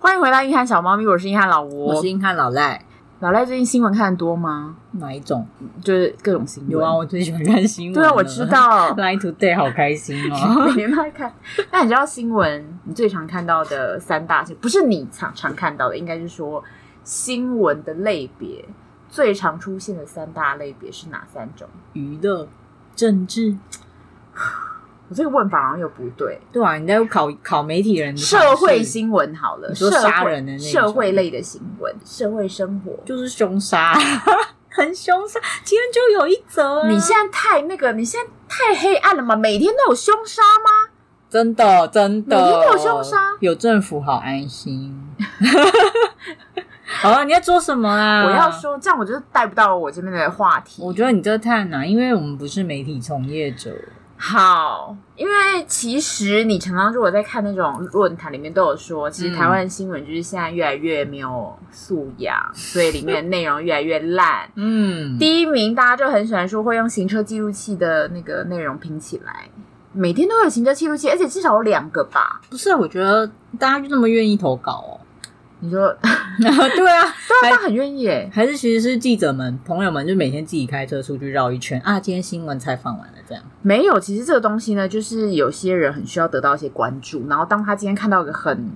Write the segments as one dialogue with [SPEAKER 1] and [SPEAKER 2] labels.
[SPEAKER 1] 回到硬汉小猫咪，我是硬汉老
[SPEAKER 2] 我
[SPEAKER 1] 吴
[SPEAKER 2] 是。硬汉老赖，
[SPEAKER 1] 老赖最近新闻看得多吗？
[SPEAKER 2] 哪一种？
[SPEAKER 1] 就是各种新闻。
[SPEAKER 2] 有啊，，我最喜欢看新闻。，
[SPEAKER 1] 对啊，我知。道
[SPEAKER 2] Line Today 好开心哦。
[SPEAKER 1] 每天都在看。那你知道新闻你最常看到的三大不是你常常看到的，应该是说新闻的类别最常出现的三大类别是哪三种？
[SPEAKER 2] 娱乐、政治，
[SPEAKER 1] 我这个问法好像又不对。
[SPEAKER 2] 对啊，你在考考媒体人的常识
[SPEAKER 1] 社会新闻好了，
[SPEAKER 2] 你说
[SPEAKER 1] 社会
[SPEAKER 2] 杀人的那种
[SPEAKER 1] 社会类的新闻，社会生活。
[SPEAKER 2] 就是凶杀， 很凶杀。今天就有一则啊、
[SPEAKER 1] 你现在太那个，你现在太黑暗了嘛？每天都有凶杀吗？
[SPEAKER 2] 真的真的
[SPEAKER 1] 每天都有凶杀
[SPEAKER 2] 有政府好安心。 好了，你在做什么啊？
[SPEAKER 1] 我要，说，这样我就带不到我这边的话题。
[SPEAKER 2] 我觉得你这太难，因为我们不是媒体从业者。
[SPEAKER 1] 好，因为其实你常常如果在看那种论坛里面都有说，其实台湾新闻就是现在越来越没有素养，所以里面的内容越来越烂。
[SPEAKER 2] 嗯，
[SPEAKER 1] 第一名大家就很喜欢说会用行车记录器的那个内容拼起来，每天都有行车记录器，而且至少有两个吧。
[SPEAKER 2] 不是，我觉得大家就那么愿意投稿哦。
[SPEAKER 1] 你说，
[SPEAKER 2] 对啊，
[SPEAKER 1] 大
[SPEAKER 2] 还
[SPEAKER 1] 家很愿意耶。
[SPEAKER 2] 还是其实是记者们、朋友们就每天自己开车出去绕一圈啊，今天新闻采访完了这样。
[SPEAKER 1] 没有，其实这个东西呢，就是有些人很需要得到一些关注，然后当他今天看到一个很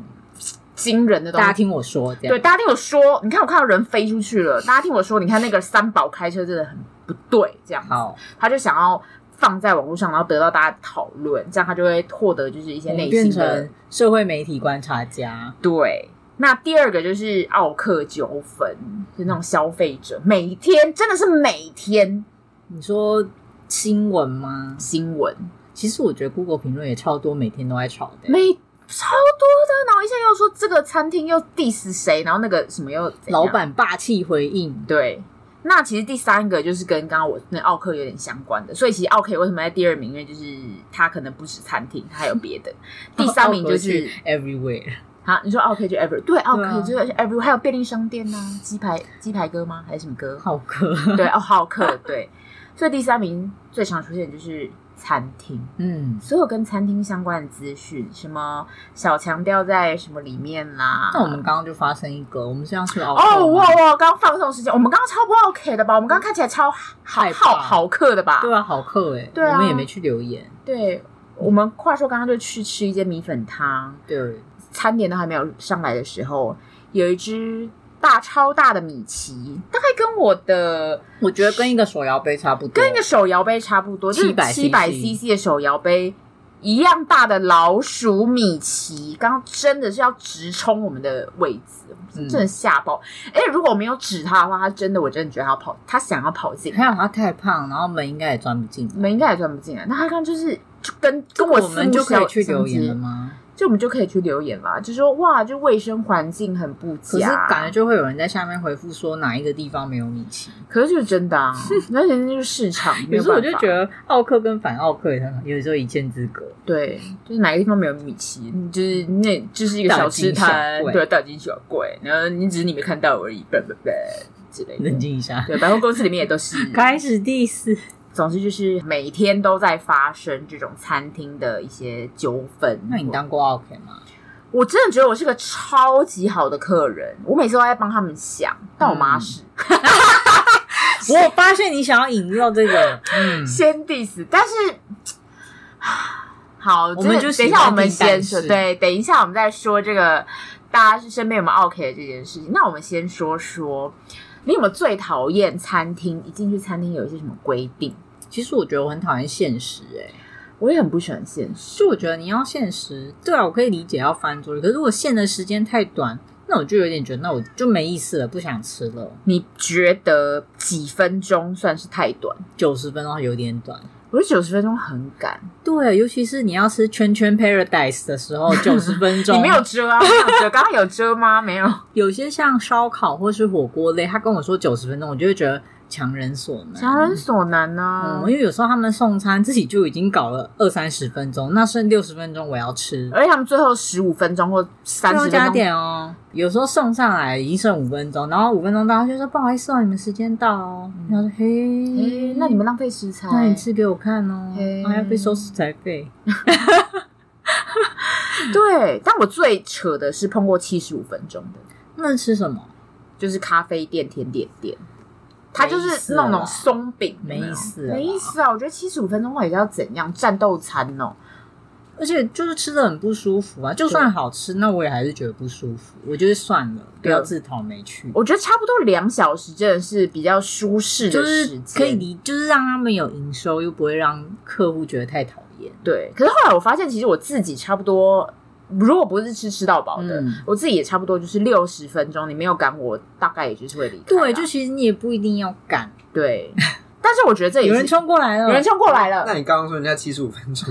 [SPEAKER 1] 惊人的东
[SPEAKER 2] 大家
[SPEAKER 1] 西，
[SPEAKER 2] 听我说这
[SPEAKER 1] 对
[SPEAKER 2] 样。
[SPEAKER 1] 大家听我说，你看我看到人飞出去了，大家听我说，你看那个三宝开车真的很不对，这样子，
[SPEAKER 2] 好，
[SPEAKER 1] 他就想要放在网络上，然后得到大家讨论，这样他就会获得就是一些
[SPEAKER 2] 我们
[SPEAKER 1] 内
[SPEAKER 2] 变
[SPEAKER 1] 心的
[SPEAKER 2] 成社会媒体观察家。
[SPEAKER 1] 对。那第二个就是奥克纠纷，就是那种消费者每天真的是每天
[SPEAKER 2] 你说新闻吗？
[SPEAKER 1] 新闻，
[SPEAKER 2] 其实我觉得 Google 评论也超多，每天都在吵的。
[SPEAKER 1] 没超多的，然后一下又说这个餐厅又 diss 谁，然后那个什么又怎样
[SPEAKER 2] 老板霸气回应，
[SPEAKER 1] 对。那其实第三个就是跟刚刚我那奥克有点相关的，所以其实奥克为什么在第二名？因为就是他可能不止餐厅，他还有别 的。第三名就
[SPEAKER 2] Outlook
[SPEAKER 1] 是
[SPEAKER 2] 去 everywhere。
[SPEAKER 1] 啊，你说奥克就 ever 对，奥
[SPEAKER 2] 对啊
[SPEAKER 1] 克就是 ever，还有便利商店呐、鸡排鸡排哥吗？还是什么哥？
[SPEAKER 2] 好客，
[SPEAKER 1] 对，哦，好客对。所以第三名最常出现就是餐厅。
[SPEAKER 2] 嗯。
[SPEAKER 1] 所有跟餐厅相关的资讯，什么小强调在什么里面啦。
[SPEAKER 2] 那我们刚刚就发生一个，我们这样是老
[SPEAKER 1] 哦
[SPEAKER 2] 客吗
[SPEAKER 1] 哇哇，刚放松时间，我们刚刚超不 OK 的吧？我们刚刚看起来超好
[SPEAKER 2] 害怕
[SPEAKER 1] 好好客的吧？
[SPEAKER 2] 对啊，好客哎、
[SPEAKER 1] 对啊
[SPEAKER 2] 我们也没去留言，
[SPEAKER 1] 对我们话说刚刚就去吃一间米粉汤，
[SPEAKER 2] 对，
[SPEAKER 1] 餐点都还没有上来的时候，有一只大超大的米奇，大概跟我的
[SPEAKER 2] 我觉得跟一个手摇杯差不多，
[SPEAKER 1] 跟一个手摇杯差不多，就是
[SPEAKER 2] 700
[SPEAKER 1] 七百
[SPEAKER 2] CC
[SPEAKER 1] CC 的手摇杯一样大的老鼠米奇，刚刚真的是要直冲我们的位置，
[SPEAKER 2] 嗯
[SPEAKER 1] 真的吓爆！哎、如果我没有指他的话，他真的我真的觉得他要跑，他想要跑进来，
[SPEAKER 2] 还有他太胖，然后门应该也钻不进来，
[SPEAKER 1] 门应该也钻不进来。那他刚刚就是就跟跟我
[SPEAKER 2] 我们就可以去留言了吗？
[SPEAKER 1] 就我们就可以去留言啦，就说哇，就卫生环境很不
[SPEAKER 2] 可是
[SPEAKER 1] 佳，
[SPEAKER 2] 感觉就会有人在下面回复说哪一个地方没有米奇，
[SPEAKER 1] 可是就是真 的啊，而且那就是市场，
[SPEAKER 2] 有
[SPEAKER 1] 没有
[SPEAKER 2] 时候我就
[SPEAKER 1] 办法
[SPEAKER 2] 觉得奥克跟反奥克也很有时候一线之隔，
[SPEAKER 1] 对，就是哪个地方没有米奇，就是那就是一个小吃
[SPEAKER 2] 大
[SPEAKER 1] 摊
[SPEAKER 2] 惊小，怪
[SPEAKER 1] 对，大惊小怪，然后你只是你没看到而已，叭叭叭之类
[SPEAKER 2] 冷
[SPEAKER 1] 的。
[SPEAKER 2] 静一下。
[SPEAKER 1] 对，百货公司里面也都是。
[SPEAKER 2] 开始 diss，
[SPEAKER 1] 总之就是每天都在发生这种餐厅的一些纠纷。
[SPEAKER 2] 那你当过奥克 吗？
[SPEAKER 1] 我真的觉得我是个超级好的客人，我每次都在帮他们想，但我妈
[SPEAKER 2] 嗯
[SPEAKER 1] 是、
[SPEAKER 2] 我有发现你想要引诱这个， 嗯，
[SPEAKER 1] 先 diss，但是。 好，
[SPEAKER 2] 我们
[SPEAKER 1] 这个
[SPEAKER 2] 就
[SPEAKER 1] 等一
[SPEAKER 2] 喜欢
[SPEAKER 1] 下，我们
[SPEAKER 2] 听但
[SPEAKER 1] 先
[SPEAKER 2] 是
[SPEAKER 1] 说对，等一下我们再说这个大家是身边有没有 OK 的这件事情。那我们先说说，你有没有最讨厌餐厅？一进去餐厅有一些什么规定？
[SPEAKER 2] 其实我觉得我很讨厌现实、欸，哎，
[SPEAKER 1] 我也很不喜欢现实。
[SPEAKER 2] 就我觉得你要现实，对啊，我可以理解要翻桌，可是如果限的时间太短，那我就有点觉得那我就没意思了，不想吃了。
[SPEAKER 1] 你觉得几分钟算是太短？
[SPEAKER 2] 九十分钟有点短，
[SPEAKER 1] 我觉得九十分钟很赶，
[SPEAKER 2] 对，尤其是你要吃圈圈 Paradise 的时候，九十分钟
[SPEAKER 1] 你没有遮啊？没有遮，刚刚有遮吗？没有，
[SPEAKER 2] 有些像烧烤或是火锅类，他跟我说九十分钟，我就会觉得强人所难。
[SPEAKER 1] 强人所难啊呢、
[SPEAKER 2] 嗯，因为有时候他们送餐自己就已经搞了二三十分钟，那剩六十分钟我要吃，
[SPEAKER 1] 而且他们最后十五分钟或三
[SPEAKER 2] 不
[SPEAKER 1] 十
[SPEAKER 2] 用
[SPEAKER 1] 分
[SPEAKER 2] 加
[SPEAKER 1] 钟
[SPEAKER 2] 点哦。有时候送上来已经剩五分钟，然后五分钟到，他就说不好意思哦，你们时间到哦。然后说嘿，
[SPEAKER 1] 诶嗯那你们浪费食材，
[SPEAKER 2] 那你吃给我看哦，
[SPEAKER 1] 嘿
[SPEAKER 2] 还要被收食材费。
[SPEAKER 1] 对，但我最扯的是碰过七十五分钟的，
[SPEAKER 2] 那吃什么？
[SPEAKER 1] 就是咖啡店、甜点店，它就
[SPEAKER 2] 没意
[SPEAKER 1] 是
[SPEAKER 2] 思
[SPEAKER 1] 弄那
[SPEAKER 2] 了
[SPEAKER 1] 种松饼，
[SPEAKER 2] 没意思了
[SPEAKER 1] 没意思啊！我觉得七十五分钟到底要怎样战斗餐哦？
[SPEAKER 2] 而且就是吃的很不舒服啊，就算好吃，那我也还是觉得不舒服。我觉得算了，不
[SPEAKER 1] 对
[SPEAKER 2] 要自讨没趣。
[SPEAKER 1] 我觉得差不多两小时真的是比较舒适
[SPEAKER 2] 就
[SPEAKER 1] 的
[SPEAKER 2] 是
[SPEAKER 1] 时间，
[SPEAKER 2] 可以理，就是让他们有营收，又不会让客户觉得太讨厌。
[SPEAKER 1] 对。可是后来我发现，其实我自己差不多，如果不是吃吃到饱的，
[SPEAKER 2] 嗯
[SPEAKER 1] 我自己也差不多就是六十分钟，你没有赶我，大概也就是会离开啦。
[SPEAKER 2] 对，就其实你也不一定要赶，
[SPEAKER 1] 对。但是我觉得这也
[SPEAKER 2] 有
[SPEAKER 1] 是
[SPEAKER 2] 人冲过来了，
[SPEAKER 1] 有人冲过来
[SPEAKER 3] 那
[SPEAKER 1] 了，
[SPEAKER 3] 你刚刚说人家七十五分 钟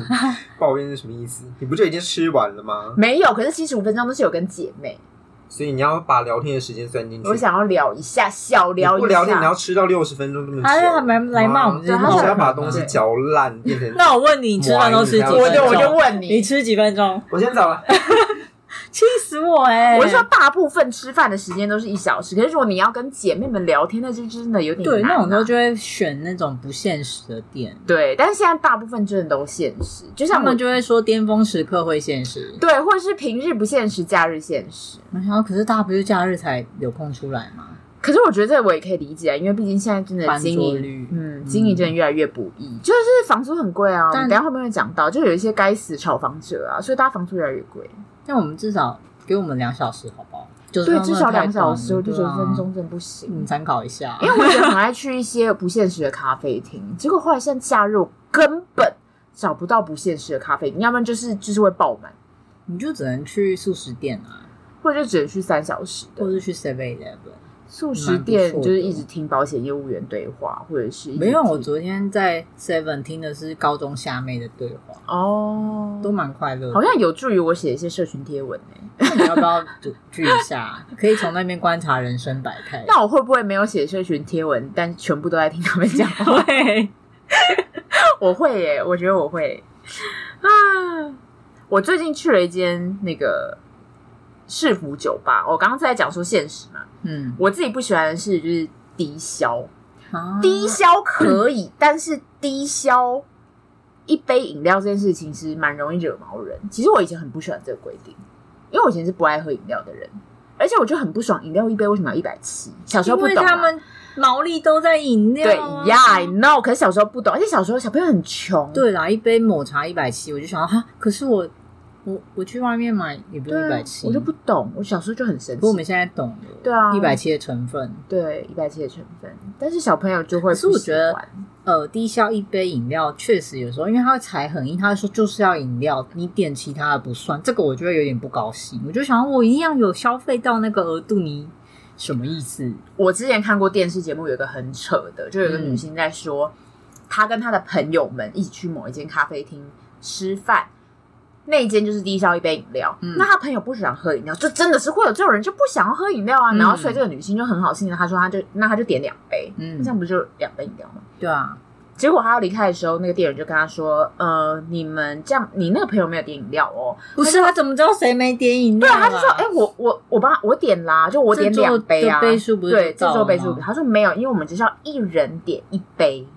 [SPEAKER 3] 抱怨是什么意思？你不就已经吃完了吗？
[SPEAKER 1] 没有。可是七十五分钟都是有跟姐妹，
[SPEAKER 3] 所以你要把聊天的时间算进去。
[SPEAKER 1] 我想要聊一下，小
[SPEAKER 3] 你
[SPEAKER 1] 聊一下。
[SPEAKER 3] 不聊天，你要吃到六十分钟这么久，
[SPEAKER 2] 还是来来骂我们
[SPEAKER 3] 妈
[SPEAKER 2] 这些
[SPEAKER 1] 对他
[SPEAKER 3] 你
[SPEAKER 1] 是
[SPEAKER 3] 是要
[SPEAKER 1] 来
[SPEAKER 3] 把东西
[SPEAKER 1] 对
[SPEAKER 3] 嚼烂变成。
[SPEAKER 2] 那我问你，你吃饭都吃几分钟？
[SPEAKER 1] 我就我就问你，
[SPEAKER 2] 你吃几分钟？
[SPEAKER 3] 我先走 了，
[SPEAKER 2] 气死我哎、
[SPEAKER 1] 我是说，大部分吃饭的时间都是一小时，可是如果你要跟姐妹们聊天，那就真的有点
[SPEAKER 2] 对，
[SPEAKER 1] 难啊
[SPEAKER 2] 那种时候就会选那种不现实的店，
[SPEAKER 1] 对。但是现在大部分真的都限时，就
[SPEAKER 2] 他
[SPEAKER 1] 像我
[SPEAKER 2] 们就会说巅峰时刻会现实。
[SPEAKER 1] 对，或者是平日不限时，假日限时。
[SPEAKER 2] 然后可是大家不是假日才有空出来吗？
[SPEAKER 1] 可是我觉得这我也可以理解啊，因为毕竟现在真的
[SPEAKER 2] 翻
[SPEAKER 1] 经
[SPEAKER 2] 桌
[SPEAKER 1] 营，
[SPEAKER 2] 率，
[SPEAKER 1] 嗯，经营真的越来越不易，就是房租很贵啊。我
[SPEAKER 2] 但
[SPEAKER 1] 们等一下后面会讲到，就有一些该死炒房者啊，所以大家房租越来越贵。
[SPEAKER 2] 但我们至少给我们两小时好不好？90
[SPEAKER 1] 对，
[SPEAKER 2] 分钟
[SPEAKER 1] 至少
[SPEAKER 2] 太
[SPEAKER 1] 两小时，我就
[SPEAKER 2] 短
[SPEAKER 1] 觉
[SPEAKER 2] 了
[SPEAKER 1] 得分，钟真的不行。
[SPEAKER 2] 对啊你参考一下。
[SPEAKER 1] 因为我以前很爱去一些不现实的咖啡厅，结果后来现在假日我根本找不到不现实的咖啡厅，要不然就是就是会爆满，
[SPEAKER 2] 你就只能去素食店啊，
[SPEAKER 1] 或者就只能去三小时
[SPEAKER 2] 或
[SPEAKER 1] 的
[SPEAKER 2] 者去 Seven Eleven。
[SPEAKER 1] 素食店
[SPEAKER 2] 蛮，不错的
[SPEAKER 1] 就是一直听保险业务员对话，或者是一直
[SPEAKER 2] 没有，
[SPEAKER 1] 听
[SPEAKER 2] 我昨天在 Seven 听的是高中虾妹的对话，
[SPEAKER 1] 哦，
[SPEAKER 2] 都蛮快乐的。
[SPEAKER 1] 好像有助于我写一些社群贴文欸呢、
[SPEAKER 2] 那 你要不要就聚一下？可以从那边观察人生百态。
[SPEAKER 1] 那我会不会没有写社群贴文，但全部都在听他们讲话？
[SPEAKER 2] 对，
[SPEAKER 1] 我会耶、我觉得我会啊。我最近去了一间那个市府酒吧，我刚刚在讲说现实嘛，
[SPEAKER 2] 嗯，
[SPEAKER 1] 我自己不喜欢的是就是低消，
[SPEAKER 2] 啊
[SPEAKER 1] 低消可以，但是低消一杯饮料这件事情其实蛮容易惹毛人。其实我以前很不喜欢这个规定，因为我以前是不爱喝饮料的人，而且我就很不爽饮料一杯为什么要一百七？小时候
[SPEAKER 2] 因
[SPEAKER 1] 不
[SPEAKER 2] 为
[SPEAKER 1] 懂啊、
[SPEAKER 2] 他们毛利都在饮料
[SPEAKER 1] 对
[SPEAKER 2] 啊、
[SPEAKER 1] 呀、i know，可是小时候不懂，而且小时候小朋友很穷，
[SPEAKER 2] 对啦，一杯抹茶一百七，我就想到哈，可是我我我去外面买也不
[SPEAKER 1] 对
[SPEAKER 2] 用
[SPEAKER 1] 啊
[SPEAKER 2] 一百七，
[SPEAKER 1] 我就不。懂，我小时候就很生
[SPEAKER 2] 不过我们
[SPEAKER 1] 气。
[SPEAKER 2] 现在懂了，
[SPEAKER 1] 对啊
[SPEAKER 2] 一百七的成分，
[SPEAKER 1] 对一百七的成分，但是小朋友就会
[SPEAKER 2] 可是我
[SPEAKER 1] 不喜
[SPEAKER 2] 觉得
[SPEAKER 1] 欢
[SPEAKER 2] 呃，低消一杯饮料确实有时候，因为它会踩很硬，他会说就是要饮料，你点其他的不算，这个我就会有点不高兴，我就想我一样有消费到那个额度，你什么意思？
[SPEAKER 1] 我之前看过电视节目，有一个很扯的，就有一个
[SPEAKER 2] 嗯
[SPEAKER 1] 女星在说，她跟她的朋友们一起去某一间咖啡厅吃饭，那一间就是低消一杯饮料。
[SPEAKER 2] 嗯
[SPEAKER 1] 那她朋友不喜欢喝饮料，就真的是会有这种人就不想要喝饮料啊。
[SPEAKER 2] 嗯
[SPEAKER 1] 然后所以这个女星就很好心的，她说她就那她就点两杯，
[SPEAKER 2] 嗯
[SPEAKER 1] 那这，样不就两杯饮料吗？
[SPEAKER 2] 对啊，
[SPEAKER 1] 结果她要离开的时候，那个店员就跟她说：“呃，你们这样，你那个朋友没有点饮料哦。
[SPEAKER 2] 不是他怎么知道谁没点饮”料、
[SPEAKER 1] 对
[SPEAKER 2] 啊？
[SPEAKER 1] 啊，她就说：“哎、我我我帮我点啦，就我
[SPEAKER 2] 我
[SPEAKER 1] 点两杯啊。”
[SPEAKER 2] 杯数不是
[SPEAKER 1] 对，
[SPEAKER 2] 就
[SPEAKER 1] 这
[SPEAKER 2] 到
[SPEAKER 1] 周
[SPEAKER 2] 了
[SPEAKER 1] 杯数
[SPEAKER 2] 吗
[SPEAKER 1] 他说没有，因为我们就是要一人点一杯，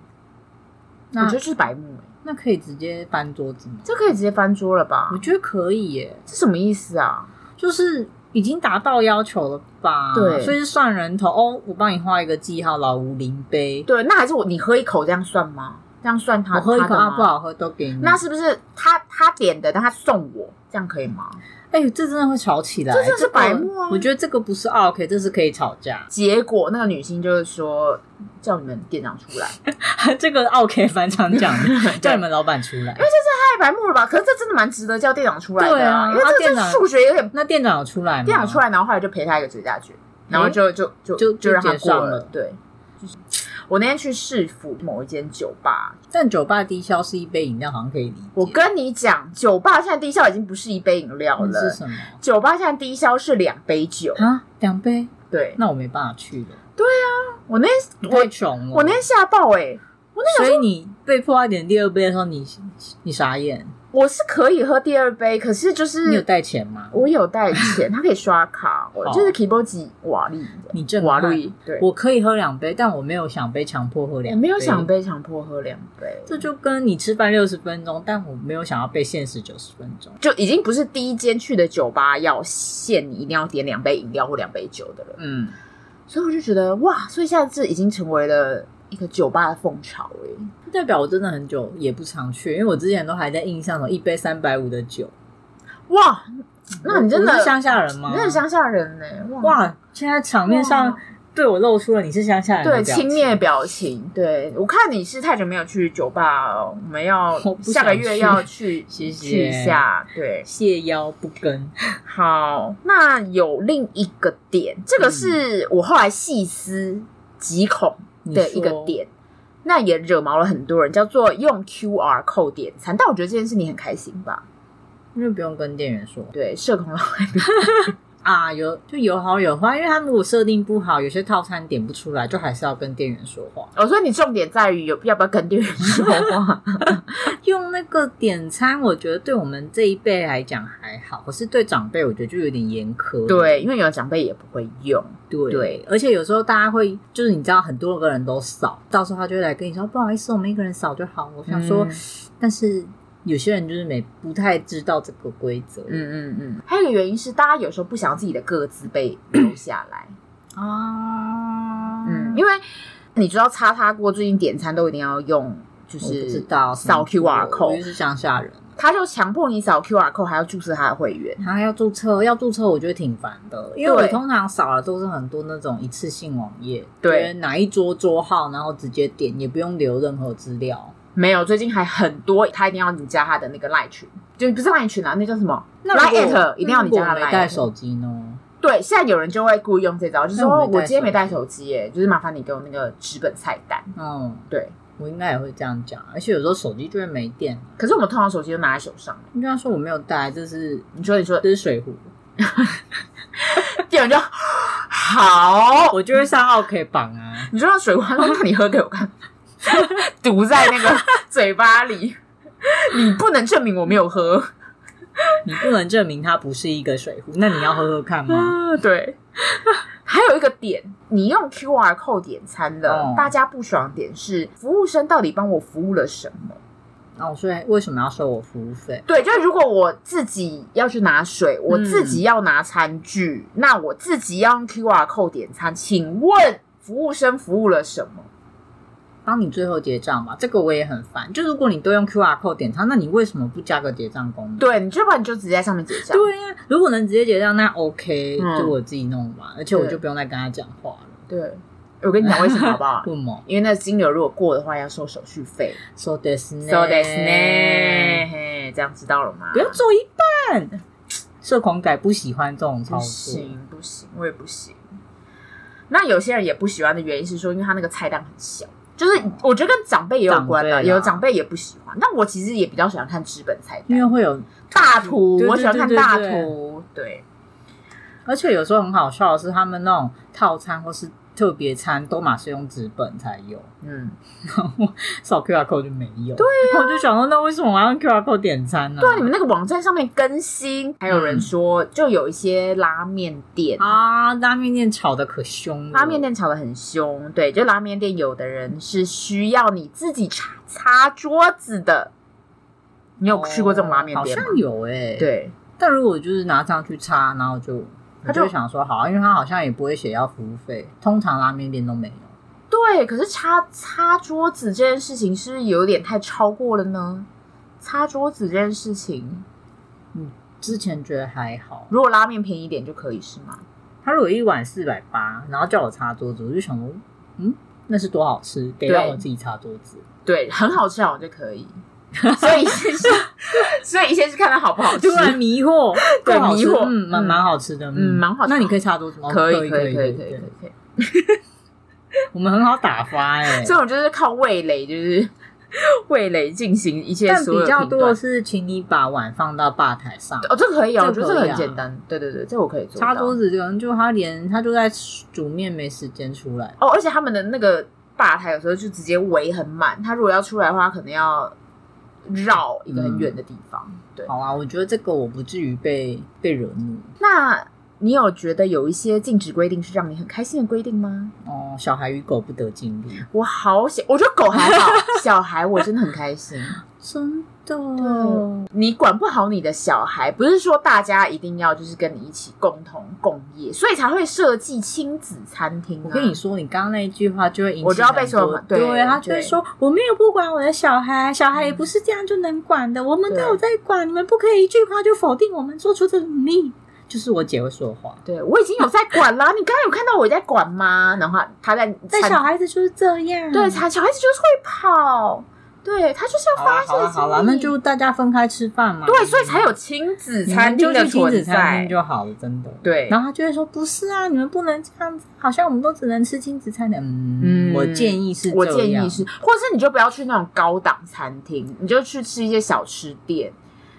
[SPEAKER 1] 我
[SPEAKER 2] 那
[SPEAKER 1] 觉得就是白目、欸，
[SPEAKER 2] 那可以直接搬桌子吗？
[SPEAKER 1] 这可以直接翻桌了吧
[SPEAKER 2] 我？觉得可以耶，
[SPEAKER 1] 这什么意思啊？
[SPEAKER 2] 就是已经达到要求了吧？
[SPEAKER 1] 对
[SPEAKER 2] 所以是算人头哦，我帮你画一个记号，老吴零杯，
[SPEAKER 1] 对，那还是我你喝一口这样算吗？这样算他
[SPEAKER 2] 我喝一
[SPEAKER 1] 他
[SPEAKER 2] 口
[SPEAKER 1] 的
[SPEAKER 2] 啊，
[SPEAKER 1] 吗
[SPEAKER 2] 不好喝都给你。
[SPEAKER 1] 那是不是他他点的，但他送我，这样可以吗？
[SPEAKER 2] 哎、这真的会吵起来，
[SPEAKER 1] 这真的是
[SPEAKER 2] 个
[SPEAKER 1] 白目啊。
[SPEAKER 2] 我觉得这个不是 OK，这是可以吵架
[SPEAKER 1] 结果那个女星就是说叫你们店长出来，
[SPEAKER 2] 这个 OK 反常讲 的，叫你们老板出来。
[SPEAKER 1] 太白目了吧？可是这真的蛮值得叫店长出来的
[SPEAKER 2] 对啊
[SPEAKER 1] 因为
[SPEAKER 2] 啊
[SPEAKER 1] 这
[SPEAKER 2] 店
[SPEAKER 1] 这
[SPEAKER 2] 长
[SPEAKER 1] 数学有点
[SPEAKER 2] 那店长有出来吗？
[SPEAKER 1] 店长出来，然后后来就赔他一个折价券，然后就就就
[SPEAKER 2] 就
[SPEAKER 1] 就让他
[SPEAKER 2] 就结
[SPEAKER 1] 过
[SPEAKER 2] 账
[SPEAKER 1] 了
[SPEAKER 2] 了。
[SPEAKER 1] 对，就是我那天去市府某一间酒吧，
[SPEAKER 2] 但酒吧低消是一杯饮料，好像可以理解。
[SPEAKER 1] 我跟你讲，酒吧现在低消已经不是一杯饮料
[SPEAKER 2] 那嗯是
[SPEAKER 1] 了，
[SPEAKER 2] 什么
[SPEAKER 1] 酒吧现在低消是两杯酒。
[SPEAKER 2] 啊？两杯？
[SPEAKER 1] 对，
[SPEAKER 2] 那我没办法去了，
[SPEAKER 1] 我那天
[SPEAKER 2] 你
[SPEAKER 1] 我
[SPEAKER 2] 太穷了。
[SPEAKER 1] 我那天吓爆哎、
[SPEAKER 2] 所以你被迫害点第二杯的时候，你你傻眼，
[SPEAKER 1] 我是可以喝第二杯，可是就是
[SPEAKER 2] 你有带钱吗？
[SPEAKER 1] 嗯我有带 钱，它可以刷卡，我
[SPEAKER 2] 哦
[SPEAKER 1] 就是 k i b o j i 瓦力的
[SPEAKER 2] 你震
[SPEAKER 1] 瓦
[SPEAKER 2] 撼
[SPEAKER 1] 力，对，
[SPEAKER 2] 我可以喝两杯，但我没有想被强迫喝两杯，
[SPEAKER 1] 我没有想。被强迫喝两杯，
[SPEAKER 2] 这就跟你吃饭六十分钟，但我没有想要被限时九十分钟。
[SPEAKER 1] 就已经不是第一间去的酒吧要限你一定要点两杯饮料或两杯酒的了。
[SPEAKER 2] 嗯，
[SPEAKER 1] 所以我就觉得哇，所以现在这已经成为了一个酒吧的风潮哎、
[SPEAKER 2] 代表我真的很久也不常去，因为我之前都还在印象中一杯三百五的酒。
[SPEAKER 1] 哇，那你真
[SPEAKER 2] 我
[SPEAKER 1] 的
[SPEAKER 2] 是乡下人吗？
[SPEAKER 1] 你真的乡下人呢、欸哇，
[SPEAKER 2] 哇！现在场面上
[SPEAKER 1] 哇
[SPEAKER 2] 对我露出了你是乡下人的
[SPEAKER 1] 对，
[SPEAKER 2] 表
[SPEAKER 1] 轻
[SPEAKER 2] 情
[SPEAKER 1] 蔑表情，对我看你是太久没有去酒吧了，我们要
[SPEAKER 2] 我不想
[SPEAKER 1] 下个月
[SPEAKER 2] 去
[SPEAKER 1] 要去
[SPEAKER 2] 谢谢
[SPEAKER 1] 去一下，对，
[SPEAKER 2] 谢邀不跟。
[SPEAKER 1] 好，那有另一个点，这个是我后来细思极恐的一个
[SPEAKER 2] 嗯
[SPEAKER 1] 点，那也惹毛了很多人，叫做用 QR code 点餐。但我觉得这件事你很开心吧？
[SPEAKER 2] 因为不用跟店员说
[SPEAKER 1] 对，社恐老外
[SPEAKER 2] 啊，有就有好有坏，因为他们如果设定不好，有些套餐点不出来，就还是要跟店员说话。
[SPEAKER 1] 我哦说你重点在于有要不要跟店员 说话，
[SPEAKER 2] 用那个点餐，我觉得对我们这一辈来讲还好，可是对长辈，我觉得就有点严苛。
[SPEAKER 1] 对，因为有长辈也不会用，
[SPEAKER 2] 对
[SPEAKER 1] 对
[SPEAKER 2] 而且有时候大家会就是你知道很多个人都扫，到时候他就会来跟你说不好意思，我们一个人扫就好。我想说，
[SPEAKER 1] 嗯
[SPEAKER 2] 但是有些人就是没不太知道这个规则。
[SPEAKER 1] 嗯嗯嗯。还有一个原因是，大家有时候不想自己的个资被留下来，
[SPEAKER 2] 啊，
[SPEAKER 1] 嗯，因为你知道叉叉锅最近点餐都一定要用，就
[SPEAKER 2] 我
[SPEAKER 1] 是
[SPEAKER 2] 不知道
[SPEAKER 1] 扫 QR
[SPEAKER 2] 我
[SPEAKER 1] code
[SPEAKER 2] 就。是乡下人，
[SPEAKER 1] 他就强迫你扫 QR code，还要注册他的会员。
[SPEAKER 2] 然后要注册，要注册我觉得挺烦的，因为我
[SPEAKER 1] 对
[SPEAKER 2] 通常扫的都是很多那种一次性网页，
[SPEAKER 1] 对，
[SPEAKER 2] 哪一桌桌号，然后直接点，也不用留任何资料。
[SPEAKER 1] 没有，最近还很多，他一定要你加他的那个赖群，就不是赖群啊，那叫什么？
[SPEAKER 2] 那
[SPEAKER 1] 来
[SPEAKER 2] 如果
[SPEAKER 1] at 一定要你加
[SPEAKER 2] 那
[SPEAKER 1] 他
[SPEAKER 2] 如果我没带
[SPEAKER 1] Line
[SPEAKER 2] 手机呢？
[SPEAKER 1] 对，现在有人就会故意用这招，就是说
[SPEAKER 2] 那我
[SPEAKER 1] 哦
[SPEAKER 2] 没带
[SPEAKER 1] 我今天没带手机耶，就是麻烦你给我那个纸本菜单。
[SPEAKER 2] 嗯，
[SPEAKER 1] 对，
[SPEAKER 2] 我应该也会这样讲，而且有时候手机就会没电，
[SPEAKER 1] 可是我们通常手机都拿在手上。
[SPEAKER 2] 应该说我没有带，这是
[SPEAKER 1] 你说，你 说，
[SPEAKER 2] 这是水壶，
[SPEAKER 1] 店员就好，
[SPEAKER 2] 我就会上奥 K 榜啊。
[SPEAKER 1] 你就让水果说那你喝给 我看，堵在那个嘴巴里，你不能证明我没有喝。
[SPEAKER 2] 你不能证明它不是一个水壶，那你要喝喝看吗？
[SPEAKER 1] 啊， 对。还有一个点，你用 QR code 点餐的，
[SPEAKER 2] 哦
[SPEAKER 1] 大家不爽点是服务生到底帮我服务了什么？
[SPEAKER 2] 哦，所以为什么要收我服务费？
[SPEAKER 1] 对，就是如果我自己要去拿
[SPEAKER 2] 嗯
[SPEAKER 1] 水，我自己要拿餐具，那我自己要用 QR code 点餐，请问服务生服务了什么？
[SPEAKER 2] 帮你最后结账吧，这个我也很烦。就如果你都用 QR code 点餐，那你为什么不加个结账功能？
[SPEAKER 1] 对，你就不然你就直接在上面结账。
[SPEAKER 2] 对呀、如果能直接结账，那 OK，、
[SPEAKER 1] 嗯
[SPEAKER 2] 就我自己弄吧，而且我
[SPEAKER 1] 对
[SPEAKER 2] 就不用再跟他讲话了。
[SPEAKER 1] 对，我跟你讲为什么好不好
[SPEAKER 2] ？为什么？
[SPEAKER 1] 因为那金额如果过的话，要收手续费。
[SPEAKER 2] So this n
[SPEAKER 1] So that's ne，嘿，这样知道了吗？
[SPEAKER 2] 不要做一半。社恐仔不喜欢这种操
[SPEAKER 1] 不
[SPEAKER 2] 作，
[SPEAKER 1] 行不行，我也不行。那有些人也不喜欢的原因是说，因为他那个菜单很小，就是我觉得跟长辈也有关
[SPEAKER 2] 长
[SPEAKER 1] 的，
[SPEAKER 2] 辈啊
[SPEAKER 1] 有长辈也不喜欢。但我其实也比较喜欢看纸本菜
[SPEAKER 2] 因
[SPEAKER 1] 单
[SPEAKER 2] 为，会有，
[SPEAKER 1] 大图
[SPEAKER 2] 对对
[SPEAKER 1] 我喜欢看
[SPEAKER 2] 对对
[SPEAKER 1] 大
[SPEAKER 2] 对
[SPEAKER 1] 图，对
[SPEAKER 2] 而且有时候很好笑的是，他们那种套餐或是特别餐都马是用纸本才有，
[SPEAKER 1] 嗯，
[SPEAKER 2] 然后扫 QR code 就没有。对、我就想说，那为什么我要用 QR code 点餐呢？
[SPEAKER 1] 对啊，啊你们那个网站上面更新，还有人
[SPEAKER 2] 嗯
[SPEAKER 1] 说就有一些拉面店。
[SPEAKER 2] 啊，拉面店吵得可凶了，
[SPEAKER 1] 拉面店吵得很凶，对，就拉面店有的人是需要你自己擦擦桌子的。你有去过这种拉面
[SPEAKER 2] 哦好
[SPEAKER 1] 店吗？
[SPEAKER 2] 像有哎、欸，。
[SPEAKER 1] 对，
[SPEAKER 2] 但如果就是拿上去擦，然后就他
[SPEAKER 1] 他就
[SPEAKER 2] 就会想说好啊，因为他好像也不会写要服务费，通常拉面店都没有。
[SPEAKER 1] 对，可是擦擦桌子这件事情是不是有点太超过了呢？擦桌子这件事情，
[SPEAKER 2] 之前觉得还好，
[SPEAKER 1] 如果拉面便宜一点就可以是吗？
[SPEAKER 2] 他如果一碗四百八，然后叫我擦桌子，我就想说，嗯，那是多好吃，得
[SPEAKER 1] 对
[SPEAKER 2] 让我自己擦桌子。
[SPEAKER 1] 对，很好吃好像就可以。所以先是， 所以先是看它好不好
[SPEAKER 2] 突。
[SPEAKER 1] 吃
[SPEAKER 2] 然迷 惑，
[SPEAKER 1] 对
[SPEAKER 2] 不好吃
[SPEAKER 1] 迷惑
[SPEAKER 2] 嗯，蛮
[SPEAKER 1] 嗯
[SPEAKER 2] 蛮好吃的，
[SPEAKER 1] 嗯蛮好吃
[SPEAKER 2] 那你可以擦桌子吗？哦
[SPEAKER 1] 可以
[SPEAKER 2] 可
[SPEAKER 1] 可以可以可以
[SPEAKER 2] 以
[SPEAKER 1] 可以，可以，
[SPEAKER 2] 我们很好打发哎。
[SPEAKER 1] 这种就是靠味蕾，就是 味蕾进行一切
[SPEAKER 2] 但
[SPEAKER 1] 所有
[SPEAKER 2] 比较
[SPEAKER 1] 评
[SPEAKER 2] 多
[SPEAKER 1] 断
[SPEAKER 2] 的是，请你把碗放到吧台上，
[SPEAKER 1] 哦，这个可以哦，我觉
[SPEAKER 2] 这个
[SPEAKER 1] 得这个
[SPEAKER 2] 可以
[SPEAKER 1] 很
[SPEAKER 2] 啊
[SPEAKER 1] 简单，对对对，这我可以做
[SPEAKER 2] 擦
[SPEAKER 1] 到
[SPEAKER 2] 桌子可能就他连他就在煮面没时间出来，
[SPEAKER 1] 哦，而且他们的那个吧台有时候就直接围很满，他如果要出来的话，可能要绕一个很远的地方。对，
[SPEAKER 2] 好啊，我觉得这个我不至于被被惹怒
[SPEAKER 1] 那你有觉得有一些禁止规定是让你很开心的规定吗？
[SPEAKER 2] 哦。小孩与狗不得进入，
[SPEAKER 1] 我好想，我觉得狗还 好，小孩我真的很开心。
[SPEAKER 2] 真
[SPEAKER 1] 对你管不好你的小孩，不是说大家一定要就是跟你一起共同共业，所以才会设计亲子餐厅、啊。
[SPEAKER 2] 我跟你说，你刚刚那一句话就会引起
[SPEAKER 1] 我就要被
[SPEAKER 2] 很多
[SPEAKER 1] 说嘛对
[SPEAKER 2] 对，他就会
[SPEAKER 1] 对
[SPEAKER 2] 说我没有不管我的小孩，小
[SPEAKER 1] 嗯
[SPEAKER 2] 孩也不是这样就能管的，我们都有在管，你们不可以一句话就否定我们做出的努力。就是我姐会说的话，
[SPEAKER 1] 对我已经有在管啦，你刚刚有看到我在管吗？然后他在
[SPEAKER 2] 但
[SPEAKER 1] 餐
[SPEAKER 2] 小孩子就是这样。
[SPEAKER 1] 对，小小孩子就是会跑，对他就是要
[SPEAKER 2] 好啦
[SPEAKER 1] 发泄
[SPEAKER 2] 好啦好啦，
[SPEAKER 1] 精力
[SPEAKER 2] 那就大家分开吃饭嘛。
[SPEAKER 1] 对，所以才有亲子
[SPEAKER 2] 你们
[SPEAKER 1] 餐
[SPEAKER 2] 就
[SPEAKER 1] 厅的
[SPEAKER 2] 去亲子
[SPEAKER 1] 存
[SPEAKER 2] 餐
[SPEAKER 1] 在
[SPEAKER 2] 厅。就好了，真的。
[SPEAKER 1] 对，
[SPEAKER 2] 然后他就会说：“不是啊，你们不能这样子，好像我们都只能吃亲子餐的。”嗯，
[SPEAKER 1] 嗯
[SPEAKER 2] 我建议是这样，
[SPEAKER 1] 我建议是，或者是你就不要去那种高档餐厅，你就去吃一些小吃店，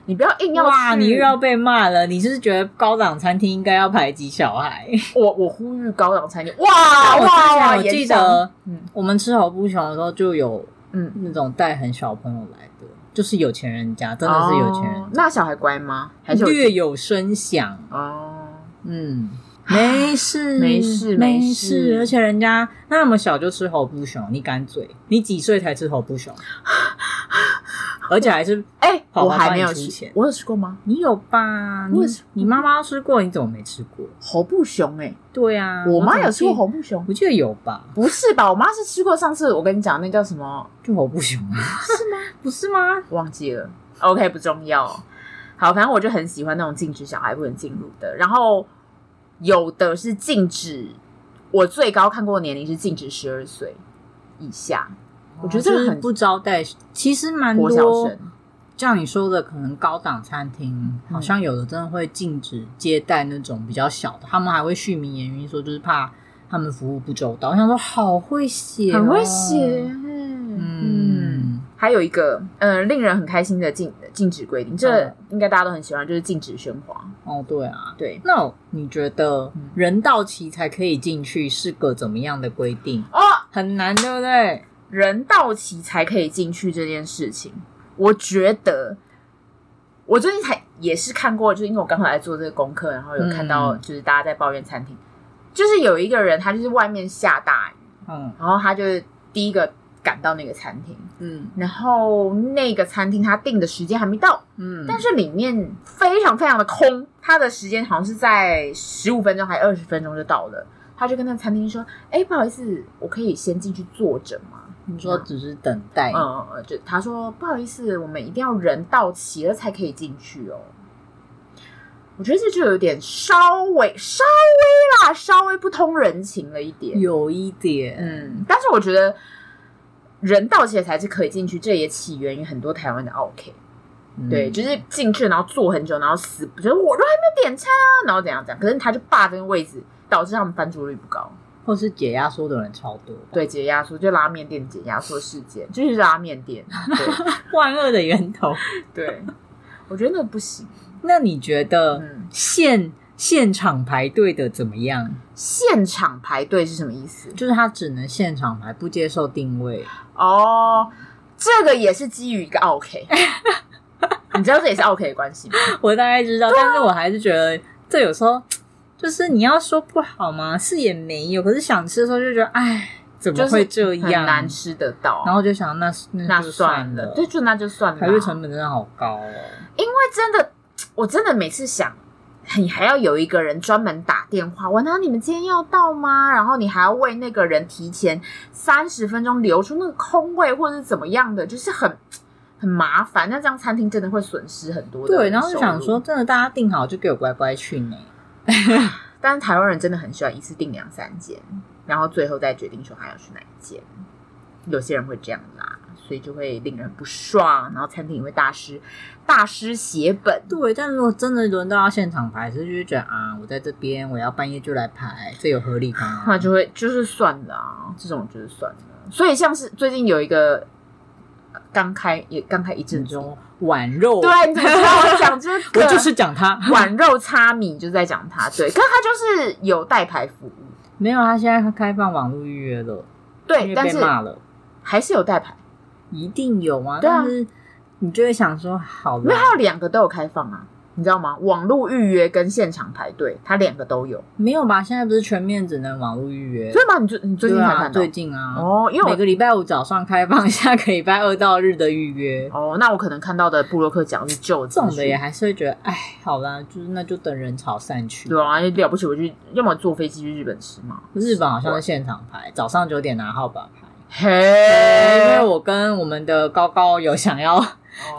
[SPEAKER 1] 你不要硬要
[SPEAKER 2] 哇，
[SPEAKER 1] 去
[SPEAKER 2] 你又要被骂了！你是不是觉得高档餐厅应该要排挤小孩？
[SPEAKER 1] 我我呼吁高档餐厅，哇
[SPEAKER 2] 我之
[SPEAKER 1] 哇
[SPEAKER 2] 前
[SPEAKER 1] 哇！
[SPEAKER 2] 我记
[SPEAKER 1] 延上
[SPEAKER 2] 得，
[SPEAKER 1] 嗯
[SPEAKER 2] 我们吃好不穷的时候就有
[SPEAKER 1] 嗯，
[SPEAKER 2] 那种带很小朋友来的，就是有钱人家，真的是有钱人
[SPEAKER 1] 哦那小孩乖吗？还是有
[SPEAKER 2] 略有声响。
[SPEAKER 1] 哦，
[SPEAKER 2] 嗯，没事，
[SPEAKER 1] 啊没事
[SPEAKER 2] 没
[SPEAKER 1] 没
[SPEAKER 2] 事。
[SPEAKER 1] 事
[SPEAKER 2] 而且人家那么小就吃猴不熊，你敢嘴？你几岁才吃猴不 熊？而且还是
[SPEAKER 1] 哎，
[SPEAKER 2] 好
[SPEAKER 1] 我
[SPEAKER 2] 我
[SPEAKER 1] 还
[SPEAKER 2] 帮
[SPEAKER 1] 没
[SPEAKER 2] 你
[SPEAKER 1] 有
[SPEAKER 2] 出
[SPEAKER 1] 吃
[SPEAKER 2] 钱，
[SPEAKER 1] 我有吃过吗？
[SPEAKER 2] 你有吧？你
[SPEAKER 1] 我也是
[SPEAKER 2] 你妈妈吃过，你怎么没吃过？
[SPEAKER 1] 猴不熊哎，
[SPEAKER 2] 对啊，
[SPEAKER 1] 我妈
[SPEAKER 2] 怎么
[SPEAKER 1] 有吃过
[SPEAKER 2] 记
[SPEAKER 1] 猴，不熊，
[SPEAKER 2] 我记得有吧？
[SPEAKER 1] 不是吧？我妈是吃过上次我跟你讲那叫什么，
[SPEAKER 2] 就猴不熊啊？是吗？ 不是吗？
[SPEAKER 1] 忘记了。OK，不重要。好，反正我就很喜欢那种禁止小孩不能进入的，然后有的是禁止，我最高看过的年龄是禁止十二岁以下，我觉得这个
[SPEAKER 2] 就是
[SPEAKER 1] 很
[SPEAKER 2] 不招待，其实蛮
[SPEAKER 1] 哦国小
[SPEAKER 2] 多
[SPEAKER 1] 生。嗯
[SPEAKER 2] 像你说的，可能高档餐厅好像有的真的会禁止接待那种比较小的，他们还会续名言语说，就是怕他们服务不周到。我想说，好会写、哦
[SPEAKER 1] 很会写。，嗯，
[SPEAKER 2] 嗯，
[SPEAKER 1] 还有一个，嗯、令人很开心的禁禁止规定，这应该大家都很喜欢，就是禁止喧哗。
[SPEAKER 2] 哦，对啊。
[SPEAKER 1] 对，
[SPEAKER 2] 那你觉得
[SPEAKER 1] 嗯
[SPEAKER 2] 人到齐才可以进去是个怎么样的规定？
[SPEAKER 1] 哦，
[SPEAKER 2] 很难，对不对？
[SPEAKER 1] 人到齐才可以进去这件事情，我觉得，我最近才也是看过，就是因为我刚好在做这个功课，然后有看到
[SPEAKER 2] 嗯
[SPEAKER 1] 就是大家在抱怨餐厅，就是有一个人他就是外面下大雨，
[SPEAKER 2] 嗯
[SPEAKER 1] 然后他就是第一个赶到那个餐厅，
[SPEAKER 2] 嗯
[SPEAKER 1] 然后那个餐厅他定的时间还没到。
[SPEAKER 2] 嗯
[SPEAKER 1] 但是里面非常非常的空，它的时间好像是在十五分钟还二十分钟就到了。他就跟那个餐厅说：“哎、不好意思，我可以先进去坐着吗
[SPEAKER 2] 你说只是等？”待
[SPEAKER 1] 嗯，嗯嗯，就他说：“不好意思，我们一定要人到齐了才可以进去哦。”我觉得这就有点稍微稍微啦，稍微不通人情了一点。
[SPEAKER 2] 有一点，
[SPEAKER 1] 嗯，但是我觉得人到齐了才是可以进去，这也起源于很多台湾的 OK。
[SPEAKER 2] 嗯
[SPEAKER 1] 对，就是进去然后坐很久，然后死不就是我都还没有点餐啊，然后怎样怎样，可是他就霸这个位置，导致他们翻桌率不高。
[SPEAKER 2] 或是解压缩的人超多，
[SPEAKER 1] 对，解压缩就拉面店解压缩事件，就是拉面店。
[SPEAKER 2] 万恶的源头。
[SPEAKER 1] 对对， 我觉得那不行。
[SPEAKER 2] 那你觉得
[SPEAKER 1] 嗯，
[SPEAKER 2] 现现场排队的怎么样？
[SPEAKER 1] 现场排队是什么意思？
[SPEAKER 2] 就是他只能现场排，不接受定位。
[SPEAKER 1] 哦，这个也是基于一个 OK，你知道这也是 OK 的关系吗？
[SPEAKER 2] 我大概知道，
[SPEAKER 1] 啊
[SPEAKER 2] 但是我还是觉得这有时候就是你要说不好吗？是也没有，可是想吃的时候就觉得，哎，怎么
[SPEAKER 1] 就是
[SPEAKER 2] 会这
[SPEAKER 1] 很
[SPEAKER 2] 样？
[SPEAKER 1] 难吃得到，
[SPEAKER 2] 然后就想那那
[SPEAKER 1] 那
[SPEAKER 2] 就
[SPEAKER 1] 算
[SPEAKER 2] 了
[SPEAKER 1] 了，，对，就那就算了。啊
[SPEAKER 2] 排队成本真的好高哦。
[SPEAKER 1] 因为真的，我真的每次想，你还要有一个人专门打电话，我那你们今天要到吗？然后你还要为那个人提前三十分钟留出那个空位，或者是怎么样的，就是很很麻烦。那这样餐厅真的会损失很多的
[SPEAKER 2] 对，然后就
[SPEAKER 1] 收入
[SPEAKER 2] 想说，，真的，大家定好就给我乖乖去呢。
[SPEAKER 1] 但是台湾人真的很喜欢一次订两三间，然后最后再决定说还要去哪一间。有些人会这样啦，所以就会令人不爽，然后餐厅也会大师大师写本。
[SPEAKER 2] 对，但如果真的轮到要现场排，是就是觉得啊，我在这边，我要半夜就来排，这有合理吗？
[SPEAKER 1] 那就会就是算了啊，这种就是算了。所以像是最近有一个呃刚开也刚开一阵
[SPEAKER 2] 正
[SPEAKER 1] 子，
[SPEAKER 2] 中碗肉，
[SPEAKER 1] 对，你怎么知道我讲这
[SPEAKER 2] 我
[SPEAKER 1] 个？
[SPEAKER 2] 就是讲他
[SPEAKER 1] 碗肉擦米就在讲他，对，可是他就是有代排服务，
[SPEAKER 2] 没有，他现在开放网络预约了，因
[SPEAKER 1] 对，
[SPEAKER 2] 为
[SPEAKER 1] 但
[SPEAKER 2] 被
[SPEAKER 1] 是
[SPEAKER 2] 骂了，
[SPEAKER 1] 还是有代排，
[SPEAKER 2] 一定有啊，
[SPEAKER 1] 对啊
[SPEAKER 2] 但是你就会想说，好
[SPEAKER 1] 因为
[SPEAKER 2] 了，
[SPEAKER 1] 它有两个都有开放啊，你知道吗？网络预约跟现场排队，它两个都有。
[SPEAKER 2] 没有吧？现在不是全面只能网络预约？
[SPEAKER 1] 所以嘛，你最你最近
[SPEAKER 2] 对
[SPEAKER 1] 才
[SPEAKER 2] 啊，
[SPEAKER 1] 看到、
[SPEAKER 2] 最近啊，
[SPEAKER 1] 哦，因为
[SPEAKER 2] 每
[SPEAKER 1] 我
[SPEAKER 2] 个礼拜五早上开放， 下个礼拜二到日的预约。
[SPEAKER 1] 哦，那我可能看到的布洛克奖是旧
[SPEAKER 2] 这种
[SPEAKER 1] 资
[SPEAKER 2] 的
[SPEAKER 1] 讯
[SPEAKER 2] 也还是会觉得，哎，好啦，就是那就等人潮散去。
[SPEAKER 1] 对啊，了不起，我就要么坐飞机去日本吃嘛。
[SPEAKER 2] 日本
[SPEAKER 1] 啊
[SPEAKER 2] 好像是现场排，早上九点拿号码牌。
[SPEAKER 1] 嘿，
[SPEAKER 2] 因为我跟我们的高高有想要
[SPEAKER 1] 哦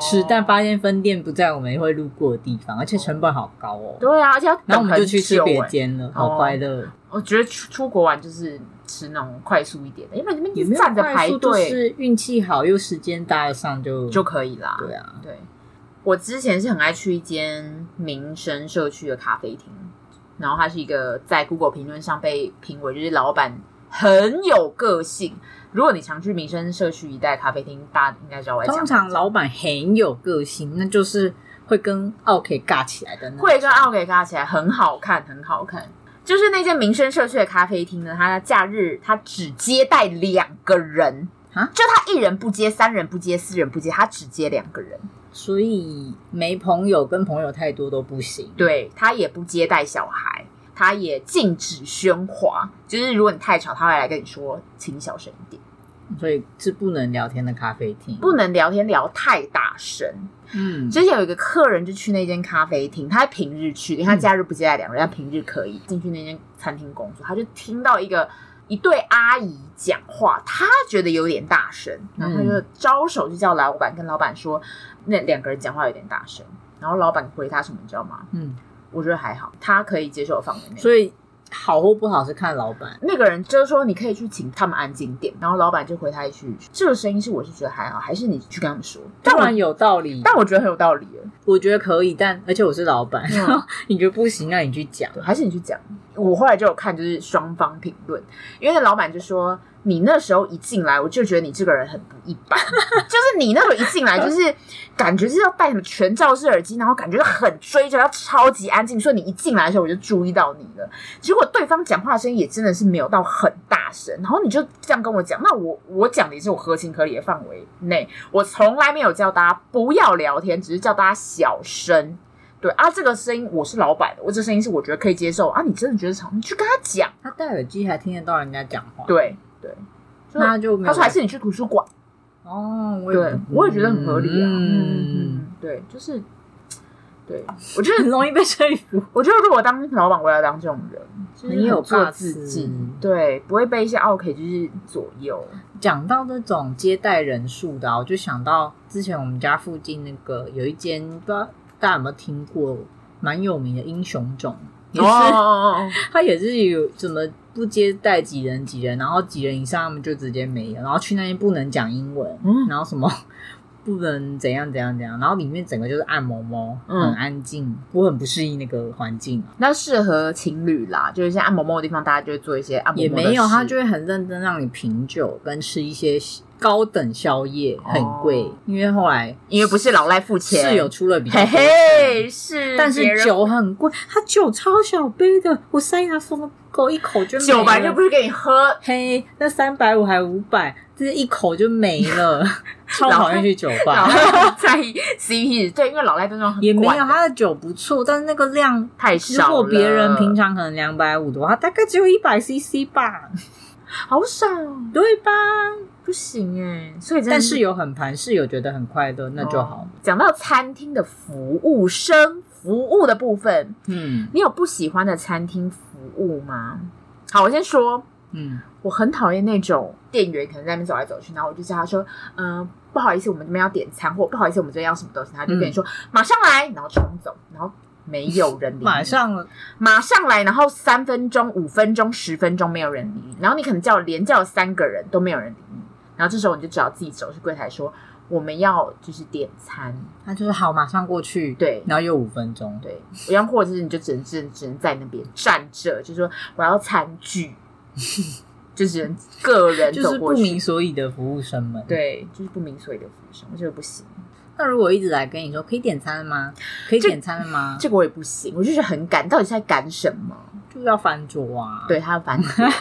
[SPEAKER 2] 吃，但发现分店不在我们会路过的地方，而且成本好高哦。
[SPEAKER 1] 对啊，而且要
[SPEAKER 2] 然后我们
[SPEAKER 1] 等
[SPEAKER 2] 就
[SPEAKER 1] 很
[SPEAKER 2] 去吃
[SPEAKER 1] 久
[SPEAKER 2] 别
[SPEAKER 1] 欸。
[SPEAKER 2] 间了，
[SPEAKER 1] 哦
[SPEAKER 2] 好快乐。
[SPEAKER 1] 我觉得出出国玩就是吃那种快速一点的，因为你们
[SPEAKER 2] 也
[SPEAKER 1] 你
[SPEAKER 2] 没有
[SPEAKER 1] 站着
[SPEAKER 2] 快
[SPEAKER 1] 排
[SPEAKER 2] 速就
[SPEAKER 1] 队
[SPEAKER 2] 是运气好又时间搭得上就
[SPEAKER 1] 就可以啦。
[SPEAKER 2] 对啊。
[SPEAKER 1] 对，我之前是很爱去一间民生社区的咖啡厅，然后它是一个在 Google 评论上被评为就是老板很有个性。如果你常去民生社区一带咖啡厅，大家应该知道我在讲哪
[SPEAKER 2] 通
[SPEAKER 1] 一
[SPEAKER 2] 常
[SPEAKER 1] 间
[SPEAKER 2] 老板很有个性，那就是会跟奥 K 尬起来的那种。
[SPEAKER 1] 会跟奥给搭起来很好看，很好看。就是那间民生社区的咖啡厅呢，它假日它只接待两个人
[SPEAKER 2] 啊
[SPEAKER 1] 就它一人不接，三人不接，四人不接，它只接两个人。
[SPEAKER 2] 所以没朋友跟朋友太多都不行。，
[SPEAKER 1] 对，它也不接待小孩，它也禁止喧哗。就是如果你太吵，它会来跟你说，请小声一点，
[SPEAKER 2] 所以是不能聊天的咖啡厅。
[SPEAKER 1] 不，能聊天聊太大声。
[SPEAKER 2] 嗯，
[SPEAKER 1] 之前有一个客人就去那间咖啡厅，他在平日去，因为他假日不接待两个人，他平日可以进去那间餐厅工作，他就听到一个一对阿姨讲话，他觉得有点大声，
[SPEAKER 2] 嗯
[SPEAKER 1] 然后他就招手就叫老板跟老板说，那两个人讲话有点大声，然后老板回他什么，你知道吗？
[SPEAKER 2] 嗯，
[SPEAKER 1] 我觉得还好，他可以接受范围内。
[SPEAKER 2] 所以好或不好是看老板。
[SPEAKER 1] 那个人就是说，你可以去请他们安静点，然后老板就回他一句：“这个声音是我是觉得还好，还是你去跟他们说。”但
[SPEAKER 2] 当
[SPEAKER 1] 我
[SPEAKER 2] 然有道理，
[SPEAKER 1] 但我觉得很有道理耶，
[SPEAKER 2] 我觉得可以，但而且我是老板，
[SPEAKER 1] 嗯
[SPEAKER 2] 你觉得不行，啊那你去讲。
[SPEAKER 1] 对还是你去讲。我后来就有看，就是双方评论，因为那老板就说：“你那时候一进来，我就觉得你这个人很不一般， 就是你那时候一进来，就是感觉是要戴什么全罩式耳机，然后感觉很追着，要超级安静。所以你一进来的时候，我就注意到你了。结果对方讲话的声音也真的是没有到很大声，然后你就这样跟我讲，那我我讲的也是我合情合理的范围内，我从来没有叫大家不要聊天，只是叫大家小声。对啊，这个声音我是老板的，我这声音是我觉得可以接受啊。你真的觉得吵，你去跟他讲。
[SPEAKER 2] 他戴耳机还听得到人家讲话，，
[SPEAKER 1] 对对，就
[SPEAKER 2] 那就没有
[SPEAKER 1] 他说还是你去图书馆。
[SPEAKER 2] 哦，我也
[SPEAKER 1] 对，我也觉得很合理啊。嗯
[SPEAKER 2] 嗯，
[SPEAKER 1] 嗯，对，就是对，我觉得
[SPEAKER 2] 很容易被说服。
[SPEAKER 1] 我觉得如果我当老板，我要当这种人，就是
[SPEAKER 2] 很有
[SPEAKER 1] 做
[SPEAKER 2] 尬
[SPEAKER 1] 自
[SPEAKER 2] 词
[SPEAKER 1] 己，对，不会被一些 OK 就是左右。
[SPEAKER 2] 讲到这种接待人数的啊、我就想到之前我们家附近那个有一间，不知道大家有没有听过，蛮有名的英雄冢，也是、
[SPEAKER 1] 哦，
[SPEAKER 2] 他也是有怎么不接待几人几人，然后几人以上他们就直接没有，然后去那边不能讲英文，
[SPEAKER 1] 嗯
[SPEAKER 2] 然后什么不能怎样怎样怎样，然后里面整个就是按摩摩，
[SPEAKER 1] 嗯
[SPEAKER 2] 很安静，我很不适应那个环境啊，
[SPEAKER 1] 那适合情侣啦，就是像按摩摩的地方，大家就会做一些按摩
[SPEAKER 2] 也
[SPEAKER 1] 摩的
[SPEAKER 2] 没有，他
[SPEAKER 1] 事
[SPEAKER 2] 就会很认真让你品酒跟吃一些高等宵夜，很贵，
[SPEAKER 1] 哦
[SPEAKER 2] 因为后来
[SPEAKER 1] 因为不是老赖付钱，
[SPEAKER 2] 室友出了比较
[SPEAKER 1] 嘿
[SPEAKER 2] 多钱。
[SPEAKER 1] 嘿是，
[SPEAKER 2] 但是酒很贵，他酒超小杯的，我塞牙缝都不够一口就没
[SPEAKER 1] 酒吧
[SPEAKER 2] 了
[SPEAKER 1] 就不是给你喝，
[SPEAKER 2] 嘿，那三百五还五百，这一口就没 了，超讨厌去酒
[SPEAKER 1] 老
[SPEAKER 2] 吧。
[SPEAKER 1] 赖在意 CP 值对，因为老赖都是那种很
[SPEAKER 2] 也没有，
[SPEAKER 1] 管的
[SPEAKER 2] 他的酒不错，但是那个量，
[SPEAKER 1] 太
[SPEAKER 2] 如
[SPEAKER 1] 少了，
[SPEAKER 2] 果别人平常可能两百五的话，大概只有一百 CC 吧，
[SPEAKER 1] 好少，
[SPEAKER 2] 对吧？
[SPEAKER 1] 不行哎，所以真的
[SPEAKER 2] 但室友很盘，室友觉得很快乐，那就好
[SPEAKER 1] 哦。讲到餐厅的服务生服务的部分，
[SPEAKER 2] 嗯
[SPEAKER 1] 你有不喜欢的餐厅服务吗？好，我先说，
[SPEAKER 2] 嗯，
[SPEAKER 1] 我很讨厌那种店员可能在那边走来走去，然后我就叫他说，嗯、不好意思，我们这边要点餐，或不好意思，我们这边要什么东西，他就跟你说、马上来，然后冲走，然后没有人理你
[SPEAKER 2] 马上
[SPEAKER 1] 马上来，然后三分钟、五分钟、十分钟没有人理你，然后你可能叫连叫三个人都没有人理你，然后这时候你就只好自己走去柜台说我们要就是点餐，
[SPEAKER 2] 他就是好，马上过去，
[SPEAKER 1] 对
[SPEAKER 2] 然后又五分钟，
[SPEAKER 1] 对，然后或者是你就只能只能只能在那边站着，就说我要餐具，就只能个人
[SPEAKER 2] 就
[SPEAKER 1] 走
[SPEAKER 2] 是不
[SPEAKER 1] 过去，
[SPEAKER 2] 明所以的服务生们。，
[SPEAKER 1] 对，就是不明所以的服务生，我觉得不行，
[SPEAKER 2] 那如果一直来跟你说可以点餐吗？可以
[SPEAKER 1] 这
[SPEAKER 2] 点餐吗？
[SPEAKER 1] 这个我也不行，我就是很赶，到底是在赶什么？
[SPEAKER 2] 就要翻桌啊。
[SPEAKER 1] 对他烦死了。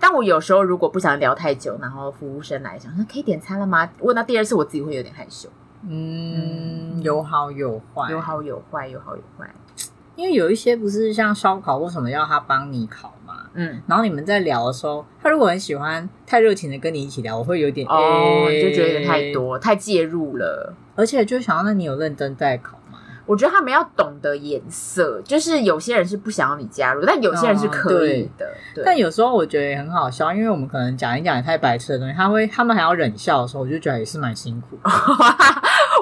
[SPEAKER 1] 但我有时候如果不想聊太久，然后服务生来想说可以点餐了吗？问到第二次，我自己会有点害羞。
[SPEAKER 2] 嗯，有好有坏，
[SPEAKER 1] 有好有坏，有好有坏。
[SPEAKER 2] 因为有一些不是像烧烤为什么要他帮你烤嘛？
[SPEAKER 1] 嗯，
[SPEAKER 2] 然后你们在聊的时候，他如果很喜欢太热情的跟你一起聊，我会有点
[SPEAKER 1] 哦，你就觉得有点太，
[SPEAKER 2] 欸
[SPEAKER 1] 多，太介入了。
[SPEAKER 2] 而且就想要那你有认真在烤吗？
[SPEAKER 1] 我觉得他们要懂得颜色，就是有些人是不想要你加入，但有些人是可以的。对，
[SPEAKER 2] 但有时候我觉得也很好笑，因为我们可能讲一讲也太白痴的东西，他会他们还要忍笑的时候，我就觉得也是蛮辛苦。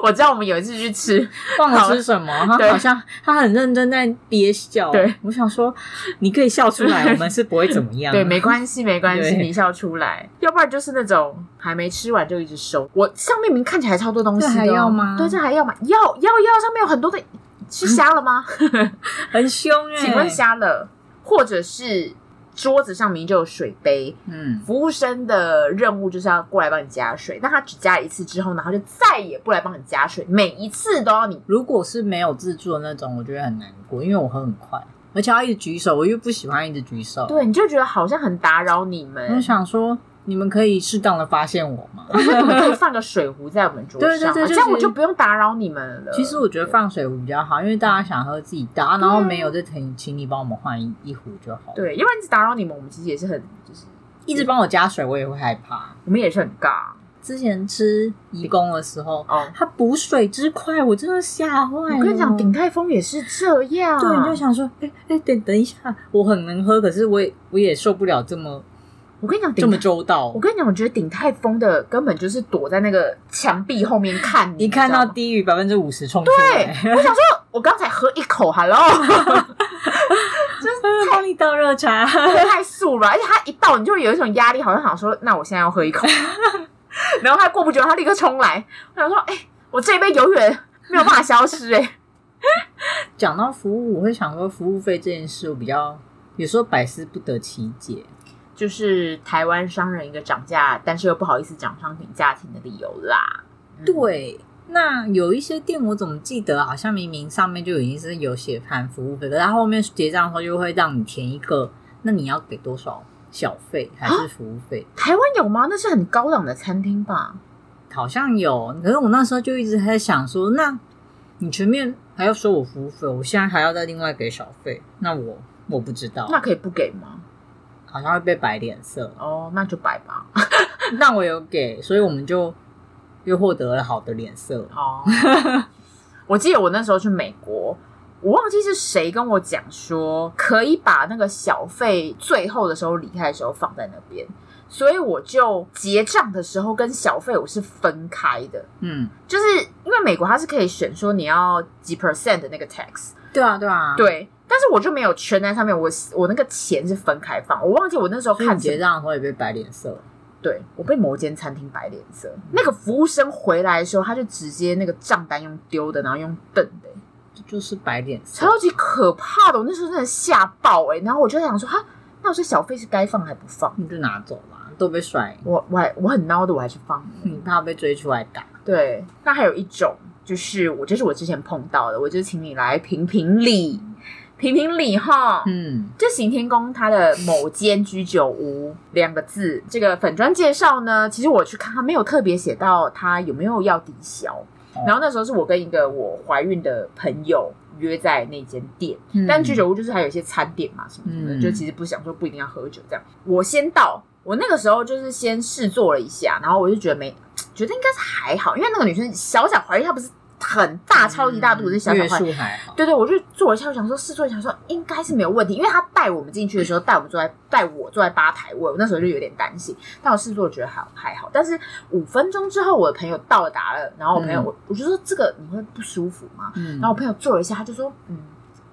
[SPEAKER 1] 我知道我们有一次去吃，
[SPEAKER 2] 忘了吃 什么，他
[SPEAKER 1] 对
[SPEAKER 2] 好像他很认真在憋笑。
[SPEAKER 1] 对，
[SPEAKER 2] 我想说你可以笑出 来，我们是不会怎么样。
[SPEAKER 1] 对，没关系，没关系，
[SPEAKER 2] 对
[SPEAKER 1] 你笑出来，要不然就是那种还没吃完就一直收。我上面明明看起来超多东西的哦，
[SPEAKER 2] 这还要吗
[SPEAKER 1] 对，这还要吗？要要要，上面有很多的，是瞎 了吗？
[SPEAKER 2] 很凶哎。
[SPEAKER 1] 请问瞎了，或者是桌子上面就有水杯，
[SPEAKER 2] 嗯，
[SPEAKER 1] 服务生的任务就是要过来帮你加水，那他只加一次之后呢，他就再也不来帮你加水，每一次都要你。
[SPEAKER 2] 如果是没有自助的那种，我觉得很难过，因为我喝很快，而且要一直举手，我又不喜欢一直举手。，
[SPEAKER 1] 对，你就觉得好像很打扰你
[SPEAKER 2] 我就
[SPEAKER 1] 们，
[SPEAKER 2] 想说你们可以适当的发现我吗？
[SPEAKER 1] 或者你们可以放个水壶在我们桌上嘛，
[SPEAKER 2] 对对对就
[SPEAKER 1] 这样我
[SPEAKER 2] 是
[SPEAKER 1] 就不用打扰你们了。
[SPEAKER 2] 其实我觉得放水壶比较好，因为大家想喝自己搭，然后没有就请请你帮我们换一一壶就好。，
[SPEAKER 1] 啊对，要不然一直打扰你们，我们其实也是很，就是
[SPEAKER 2] 一直帮我加水，我也会害怕。
[SPEAKER 1] 我们也是很尬
[SPEAKER 2] 之前吃义工的时候，
[SPEAKER 1] 哦。
[SPEAKER 2] 他补水之快，我真的吓坏了。
[SPEAKER 1] 我跟你讲，啊鼎泰丰也是这样，
[SPEAKER 2] 对，你就想说，哎、哎、等等一下，我很能喝，可是我也我也受不了这么
[SPEAKER 1] 我跟你讲，
[SPEAKER 2] 这
[SPEAKER 1] 鼎
[SPEAKER 2] 么
[SPEAKER 1] 泰，
[SPEAKER 2] 周到
[SPEAKER 1] 我。跟你讲，我觉得鼎泰丰的根本就是躲在那个墙壁后面看 你，
[SPEAKER 2] 一看
[SPEAKER 1] 你知道
[SPEAKER 2] 到
[SPEAKER 1] 吗
[SPEAKER 2] 低于百分之五十冲出来，
[SPEAKER 1] 我想说，我刚才喝一口，hello，
[SPEAKER 2] 帮你倒热茶。
[SPEAKER 1] 太素了，而且他一到，你就有一种压力，好像想说，那我现在要喝一 口，然后他过不久，他立刻冲来，我想说，哎、我这一杯永远没有办法消失、哎，
[SPEAKER 2] 讲到服务，我会想说服务费这件事，我比较有时候百思不得其解。
[SPEAKER 1] 就是台湾商人一个涨价，但是又不好意思涨商品价钱的理由啦。嗯，
[SPEAKER 2] 对，那有一些店我怎么记得好像明明上面就已经是有写盘服务费，可是它后面结账的时候就会让你填一个，那你要给多少小费还是服务费？
[SPEAKER 1] 台湾有吗？那是很高档的餐厅吧？
[SPEAKER 2] 好像有，可是我那时候就一直在想说，那你前面还要收我服务费，我现在还要再另外给小费，那我我不知道，
[SPEAKER 1] 那可以不给吗？
[SPEAKER 2] 好像会被摆脸色。
[SPEAKER 1] 哦，那就摆吧。
[SPEAKER 2] 那我有给，所以我们就又获得了好的脸色。
[SPEAKER 1] 哦， 我记得我那时候去美国，我忘记是谁跟我讲说，可以把那个小费最后的时候离开的时候放在那边，所以我就结账的时候跟小费我是分开的，
[SPEAKER 2] 嗯，
[SPEAKER 1] 就是因为美国它是可以选说你要几 percent 的那个 tax，
[SPEAKER 2] 对啊，对啊，。
[SPEAKER 1] 对。但是我就没有圈在上面，我我那个钱是分开放，我忘记我那时候
[SPEAKER 2] 看
[SPEAKER 1] 看
[SPEAKER 2] 结
[SPEAKER 1] 谁，
[SPEAKER 2] 账的时候也被摆脸色，
[SPEAKER 1] 对我被某间餐厅摆脸色。那个服务生回来的时候，他就直接那个账单用丢的，然后用瞪的、
[SPEAKER 2] 这就是摆脸色。
[SPEAKER 1] 超级可怕的，我那时候真的吓爆哎、欸！然后我就想说，哈，那我这小费是该放还不放？
[SPEAKER 2] 你就拿走啦，都被甩，
[SPEAKER 1] 我我还我很孬的，我还是放了。
[SPEAKER 2] 你怕被追出来打。
[SPEAKER 1] 对，那还有一种就是我，这是我之前碰到的，我就请你来评评理，评评理哈。
[SPEAKER 2] 嗯，
[SPEAKER 1] 这行天宫它的某间居酒屋两个字，这个粉砖介绍呢，其实我去看，它没有特别写到它有没有要抵消。
[SPEAKER 2] 哦
[SPEAKER 1] 然后那时候是我跟一个我怀孕的朋友约在那间店，
[SPEAKER 2] 嗯
[SPEAKER 1] 但居酒屋就是还有一些餐点嘛什么什么的，
[SPEAKER 2] 嗯
[SPEAKER 1] 就其实不想说不一定要喝酒这样。我先到，我那个时候就是先试坐了一下，然后我就觉得没，觉得应该是还好，因为那个女生小小怀孕，她不是很
[SPEAKER 2] 啊
[SPEAKER 1] 大超级大肚子，小小
[SPEAKER 2] 月
[SPEAKER 1] 怀孕
[SPEAKER 2] 数嗯还好。
[SPEAKER 1] 对对，我就坐一下，我想说试坐一下，想说应该是没有问题，因为他带我们进去的时候，带我们坐在带我坐在吧台位，我那时候就有点担心，但我试坐觉得还还好。但是五分钟之后，我的朋友到达了，然后我朋友、
[SPEAKER 2] 嗯
[SPEAKER 1] 我我就说这个你会不舒服吗？
[SPEAKER 2] 嗯
[SPEAKER 1] 然后我朋友坐了一下，他就说嗯，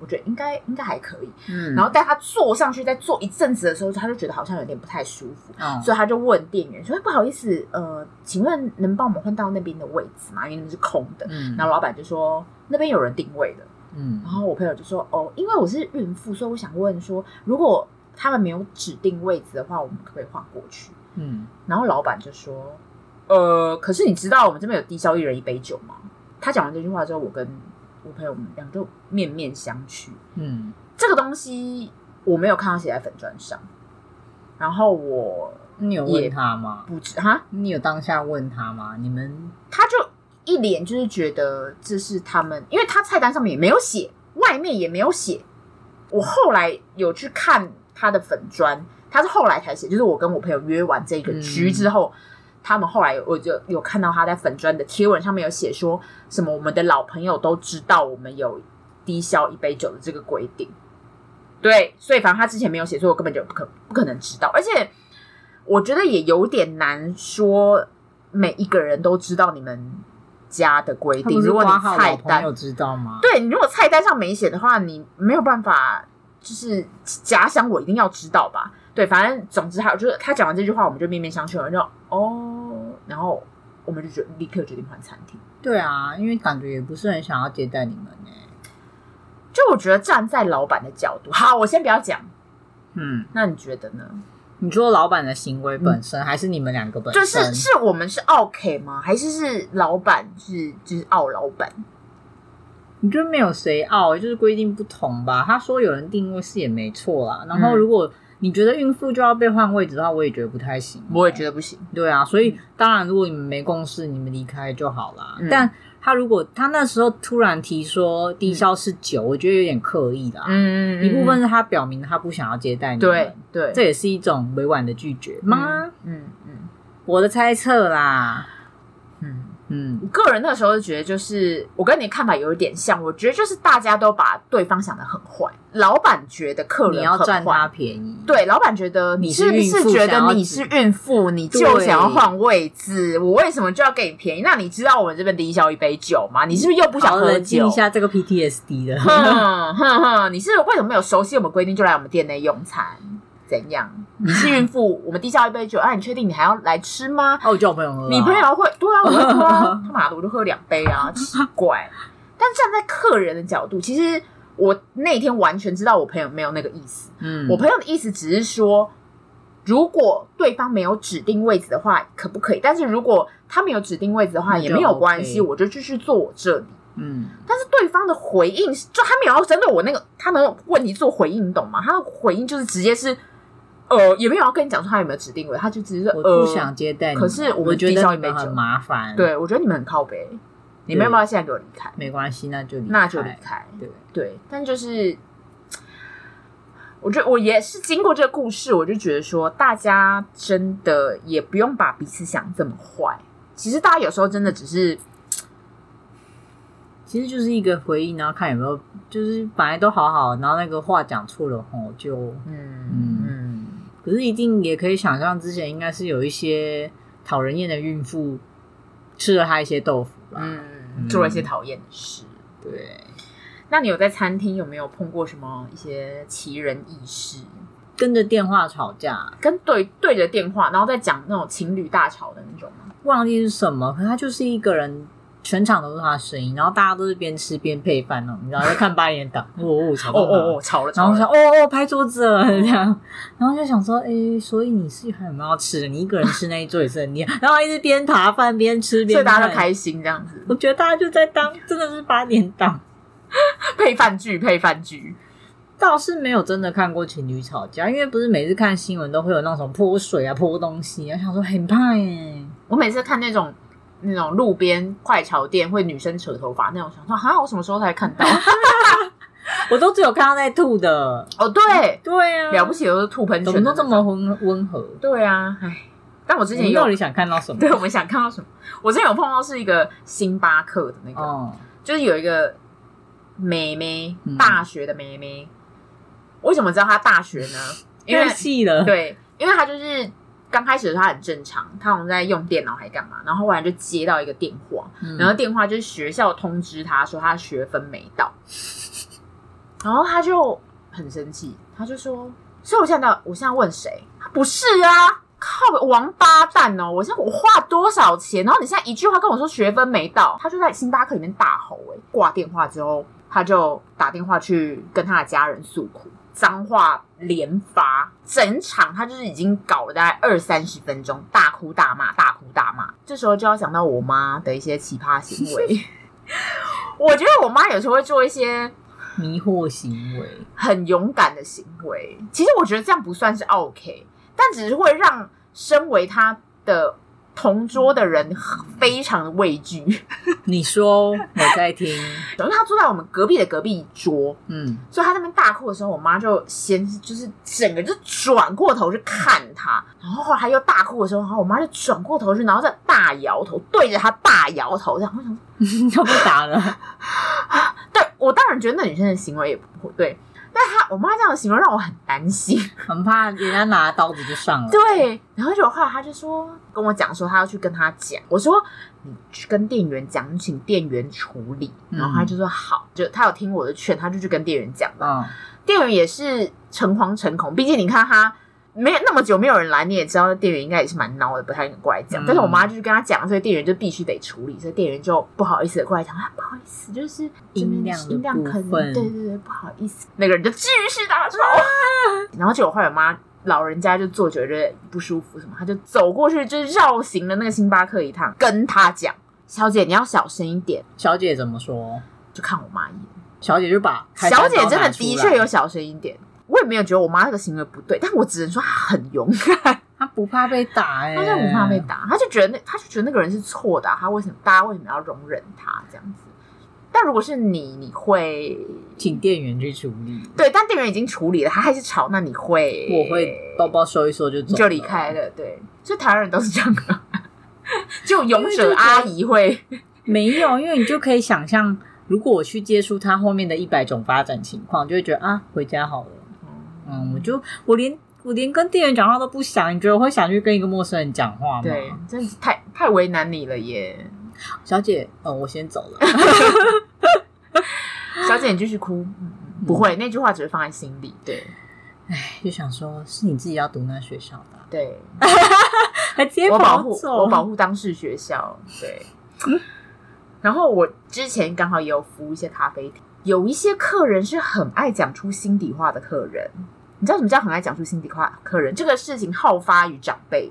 [SPEAKER 1] 我觉得应该应该还可以。
[SPEAKER 2] 嗯，
[SPEAKER 1] 然后带他坐上去，再坐一阵子的时候，他就觉得好像有点不太舒服，
[SPEAKER 2] 嗯
[SPEAKER 1] 所以他就问店员说哎不好意思，呃，请问能帮我们换到那边的位置吗？因为那边是空的。
[SPEAKER 2] 嗯，
[SPEAKER 1] 然后老板就说那边有人定位的。
[SPEAKER 2] 嗯，
[SPEAKER 1] 然后我朋友就说：“哦，因为我是孕妇，所以我想问说，如果他们没有指定位置的话，我们可不可以换过去
[SPEAKER 2] 嗯，？”
[SPEAKER 1] 然后老板就说：“呃，可是你知道我们这边有低消一人一杯酒吗？”他讲完这句话之后，我跟我朋友我们俩就面面相觑。
[SPEAKER 2] 嗯，
[SPEAKER 1] 这个东西我没有看到写在粉砖上，然后我
[SPEAKER 2] 你有问他吗？
[SPEAKER 1] 不知哈，
[SPEAKER 2] 你有当下问他吗？你们
[SPEAKER 1] 他就一脸就是觉得这是他们，因为他菜单上面也没有写，外面也没有写。我后来有去看他的粉砖，他是后来才写，就是我跟我朋友约完这个局之后，他们后来我就有看到他在粉砖的贴文上面有写说什么我们的老朋友都知道我们有低消一杯酒的这个规定。对，所以反正他之前没有写，所以我根本就不可不可能知道。而且我觉得也有点难说，每一个人都知道你们家的规
[SPEAKER 2] 他不
[SPEAKER 1] 定。
[SPEAKER 2] 是
[SPEAKER 1] 如果你
[SPEAKER 2] 挂号
[SPEAKER 1] 菜
[SPEAKER 2] 老朋
[SPEAKER 1] 单
[SPEAKER 2] 友，知道吗？
[SPEAKER 1] 对你如果菜单上没写的话，你没有办法就是假想我一定要知道吧？对，反正总之还有就是他讲完这句话，我们就面面相觑，我们就哦，然后我们就决立刻决定换餐厅。
[SPEAKER 2] 对啊，因为感觉也不是很想要接待你们呢、
[SPEAKER 1] 就我觉得站在老板的角度，好，我先不要讲，
[SPEAKER 2] 嗯，
[SPEAKER 1] 那你觉得呢？
[SPEAKER 2] 你说老板的行为本身，还是你们两个本身？
[SPEAKER 1] 嗯就是是我们是 OK 吗？还是是老板是就是傲老板？
[SPEAKER 2] 你觉得没有谁傲，欸就是规定不同吧？他说有人定位是也没错
[SPEAKER 1] 嗯
[SPEAKER 2] 啦。然后如果你觉得孕妇就要被换位置的话，我也觉得不太行。
[SPEAKER 1] 得不行。
[SPEAKER 2] 对啊，所以当然，如果你们没共识，你们离开就好啦。
[SPEAKER 1] 嗯
[SPEAKER 2] 但他如果他那时候突然提说低消是酒，我觉得有点刻意的、啊。
[SPEAKER 1] 嗯，
[SPEAKER 2] 一部分是他表明他不想要接待你们，
[SPEAKER 1] 对对，
[SPEAKER 2] 嗯这也是一种委婉的拒绝吗？
[SPEAKER 1] 嗯嗯
[SPEAKER 2] 我的猜测啦。
[SPEAKER 1] 嗯，
[SPEAKER 2] 嗯
[SPEAKER 1] 我个人那时候就觉得，就是我跟你的看法有一点像，我觉得就是大家都把对方想的很坏，老板觉得客人
[SPEAKER 2] 你要
[SPEAKER 1] 很
[SPEAKER 2] 占他
[SPEAKER 1] 坏。
[SPEAKER 2] 便宜，
[SPEAKER 1] 对，老板觉得
[SPEAKER 2] 你是
[SPEAKER 1] 是不
[SPEAKER 2] 孕妇
[SPEAKER 1] 是觉
[SPEAKER 2] 想要
[SPEAKER 1] 得你
[SPEAKER 2] 只
[SPEAKER 1] 是孕妇，你就
[SPEAKER 2] 对
[SPEAKER 1] 想要换位置？我为什么就要给你便宜？那你知道我们这边低消一杯酒吗？你是不是又不想
[SPEAKER 2] 好，
[SPEAKER 1] 喝
[SPEAKER 2] 冷静
[SPEAKER 1] 酒哦
[SPEAKER 2] 一？下这个 PTSD 的。
[SPEAKER 1] 哼哼哼，你是为什么没有熟悉我们规定就来我们店内用餐？怎样？你是孕妇，我们低消一杯酒，啊，你确定你还要来吃吗？
[SPEAKER 2] 哦，我叫我朋友喝啊、
[SPEAKER 1] 你朋友会对啊，我会 喝啊，他妈的，我就喝两杯啊，奇怪。但站在客人的角度，其实我那天完全知道我朋友没有那个意思，
[SPEAKER 2] 嗯，
[SPEAKER 1] 我朋友的意思只是说，如果对方没有指定位置的话，可不可以？但是如果他没有指定位置的话，
[SPEAKER 2] 那就
[SPEAKER 1] 也没有关系，
[SPEAKER 2] OK
[SPEAKER 1] 我就继续坐我这里。
[SPEAKER 2] 嗯，
[SPEAKER 1] 但是对方的回应是，就他没有要针对我那个他的问题做回应，你懂吗？他的回应就是直接是，呃，也没有要跟你讲说他有没有指定位，他就只是说
[SPEAKER 2] 我
[SPEAKER 1] 呃
[SPEAKER 2] 不想接待你，
[SPEAKER 1] 可是我
[SPEAKER 2] 我
[SPEAKER 1] 们
[SPEAKER 2] 觉
[SPEAKER 1] 低
[SPEAKER 2] 得
[SPEAKER 1] 消
[SPEAKER 2] 你
[SPEAKER 1] 一杯
[SPEAKER 2] 们
[SPEAKER 1] 酒
[SPEAKER 2] 很麻烦，，
[SPEAKER 1] 对我觉得你们很靠北，你们要不要现在给我离开？
[SPEAKER 2] 没关系，那就离
[SPEAKER 1] 那就离
[SPEAKER 2] 开，
[SPEAKER 1] 开。
[SPEAKER 2] 对，
[SPEAKER 1] 对，但就是，我觉得我也是经过这个故事，我就觉得说，大家真的也不用把彼此想这么坏。其实大家有时候真的只是
[SPEAKER 2] 其实就是一个回应，然后看有没有，就是本来都好好，然后那个话讲错了吼，就
[SPEAKER 1] 嗯嗯，
[SPEAKER 2] 可是一定也可以想象，之前应该是有一些讨人厌的孕妇吃了他一些豆腐吧，
[SPEAKER 1] 嗯，做了一些讨厌的事。
[SPEAKER 2] 对，
[SPEAKER 1] 那你有在餐厅有没有碰过什么一些奇人异事？
[SPEAKER 2] 跟着电话吵架，
[SPEAKER 1] 跟对对着电话，然后再讲那种情侣大吵的那种吗？
[SPEAKER 2] 忘记是什么，可他就是一个人，全场都是他的声音，然后大家都是边吃边配饭哦，你知道在看八点档，哦哦吵
[SPEAKER 1] 哦
[SPEAKER 2] 到哪
[SPEAKER 1] 哦哦，吵了，
[SPEAKER 2] 然后
[SPEAKER 1] 吵
[SPEAKER 2] 我
[SPEAKER 1] 了
[SPEAKER 2] 想哦哦拍桌子了这样，然后就想说，诶，所以你是还有没有要吃的？你一个人吃那一桌也是很厉害，然后一直边扒饭边吃
[SPEAKER 1] 所
[SPEAKER 2] 边
[SPEAKER 1] 以大家
[SPEAKER 2] 看
[SPEAKER 1] 都，开心这样子，
[SPEAKER 2] 我觉得大家就在当真的是八点档，
[SPEAKER 1] 配饭剧，配饭剧。
[SPEAKER 2] 倒是没有真的看过情侣吵架，因为不是每次看新闻都会有那种泼水啊泼东西啊，想说很怕耶。
[SPEAKER 1] 我每次看那种那种路边快炒店会女生扯头发那种，想说哈，我什么时候才看 到？
[SPEAKER 2] 我都只有看到在吐的，
[SPEAKER 1] 哦，对，
[SPEAKER 2] 对啊，
[SPEAKER 1] 了不起，都是吐喷
[SPEAKER 2] 怎
[SPEAKER 1] 泉，
[SPEAKER 2] 么都这么？温温和？
[SPEAKER 1] 对啊，唉，但我之
[SPEAKER 2] 之
[SPEAKER 1] 前
[SPEAKER 2] 前
[SPEAKER 1] 有
[SPEAKER 2] 到，底想看到什么？
[SPEAKER 1] 对，我们想看到什么？我之前有碰到是一个星巴克的那个，
[SPEAKER 2] 哦，
[SPEAKER 1] 就是有一个妹妹
[SPEAKER 2] 嗯，
[SPEAKER 1] 大学的妹妹。为什么知道她大学 呢？因为
[SPEAKER 2] 太细了，，
[SPEAKER 1] 啊对，因为她就是刚开始的时候她很正常，她好像在用电脑还干嘛，然后后来就接到一个电话，
[SPEAKER 2] 嗯
[SPEAKER 1] 然后电话就是学校通知他说他学分没到， 然后他就很生气，他就说：“所以我现在到我现在问谁？他不是啊，靠王八蛋哦！我现在我花多少钱？然后你现在一句话跟我说学分没到，他就在星巴克里面大吼、欸，挂电话之后，他就打电话去跟他的家人诉苦。”脏话连发，整场他就是已经搞了大概二三十分钟，大哭大骂，大哭大骂。这时候就要想到我妈的一些奇葩行为。我觉得我妈有时候会做一些
[SPEAKER 2] 迷惑行为，
[SPEAKER 1] 很勇敢的行为。其实我觉得这样不算是 OK，但只是会让身为他的同桌的人非常的畏惧， 因
[SPEAKER 2] 你说我在听，
[SPEAKER 1] 为他坐在我们隔壁的隔壁桌，
[SPEAKER 2] 嗯，
[SPEAKER 1] 所以他在那边大哭的时候，我妈就先就是整个就转过头去看他，然后后来他又大哭的时候，然后我妈就转过头去，然后再大摇头，对着他大摇头，这样我想
[SPEAKER 2] 要
[SPEAKER 1] 说
[SPEAKER 2] 不打了，
[SPEAKER 1] 但我当然觉得那女生的行为也不对，但她我妈这样的行为让我很担心。
[SPEAKER 2] 很怕人家拿刀子就上了。
[SPEAKER 1] 对，然后就后来她就说跟我讲说她要去跟她讲，我说你去跟店员讲，你请店员处理。
[SPEAKER 2] 嗯
[SPEAKER 1] 然后她就说好，就她有听我的劝，她就去跟店员讲了。
[SPEAKER 2] 嗯，
[SPEAKER 1] 店员也是诚惶诚恐，毕竟你看她没有那么久没有人来，你也知道店员应该也是蛮孬的，不太敢过来讲。
[SPEAKER 2] 嗯
[SPEAKER 1] 但是我妈就是跟她讲，所以店员就必须得处理，所以店员就不好意思的过来讲，啊，不好意思，就是这边
[SPEAKER 2] 音量的
[SPEAKER 1] 音量可能
[SPEAKER 2] 部
[SPEAKER 1] 对
[SPEAKER 2] 分
[SPEAKER 1] 对对，不好意思，那个人就继续打招呼，然后结果后来我妈。老人家就坐觉得不舒服什么，她就走过去，就是绕行了那个星巴克一趟，跟她讲：“小姐，你要小声一点。
[SPEAKER 2] 小姐怎么说？”
[SPEAKER 1] 就看我妈一眼，
[SPEAKER 2] 小姐就把开山
[SPEAKER 1] 小
[SPEAKER 2] 刀
[SPEAKER 1] 姐真
[SPEAKER 2] 拿
[SPEAKER 1] 的
[SPEAKER 2] 出
[SPEAKER 1] 的
[SPEAKER 2] 来
[SPEAKER 1] 确有，小声一点，我也没有觉得我妈这个行为不对，但我只能说她很勇敢，
[SPEAKER 2] 她不怕被打哎、
[SPEAKER 1] 她就不怕被。打，她就觉得那她就觉得那个人是错的啊、她为什么大家为什么要容忍她这样子？但如果是你，你会
[SPEAKER 2] 请店员去处理，
[SPEAKER 1] 对，但店员已经处理了，他还是吵，那你会
[SPEAKER 2] 我会包包收一收就走，
[SPEAKER 1] 就离开。了，对，所以台湾人都是这样的， 就勇者阿姨会，
[SPEAKER 2] 没有，因为你就可以想象，如果我去接触他后面的一百种发展情况，就会觉得啊，回家好了。嗯，我就我连我连跟店员讲话都不想，你觉得我会想去跟一个陌生人讲话吗？
[SPEAKER 1] 对，真的是太太为难你了耶，
[SPEAKER 2] 小姐，呃，我先走 了。
[SPEAKER 1] 小姐你继续哭，嗯嗯不会，那句话只会放在心里，对
[SPEAKER 2] 哎，就想说是你自己要读那学校 的啊，
[SPEAKER 1] 对。
[SPEAKER 2] 还直接
[SPEAKER 1] 我保
[SPEAKER 2] 跑
[SPEAKER 1] 护
[SPEAKER 2] 走，
[SPEAKER 1] 我保护当事学校，对。
[SPEAKER 2] 嗯
[SPEAKER 1] 然后我之前刚好也有服务一些咖啡厅，有一些客人是很爱讲出心底话的客人。你知道什么叫很爱讲出心底话的客人？这个事情好发于长辈，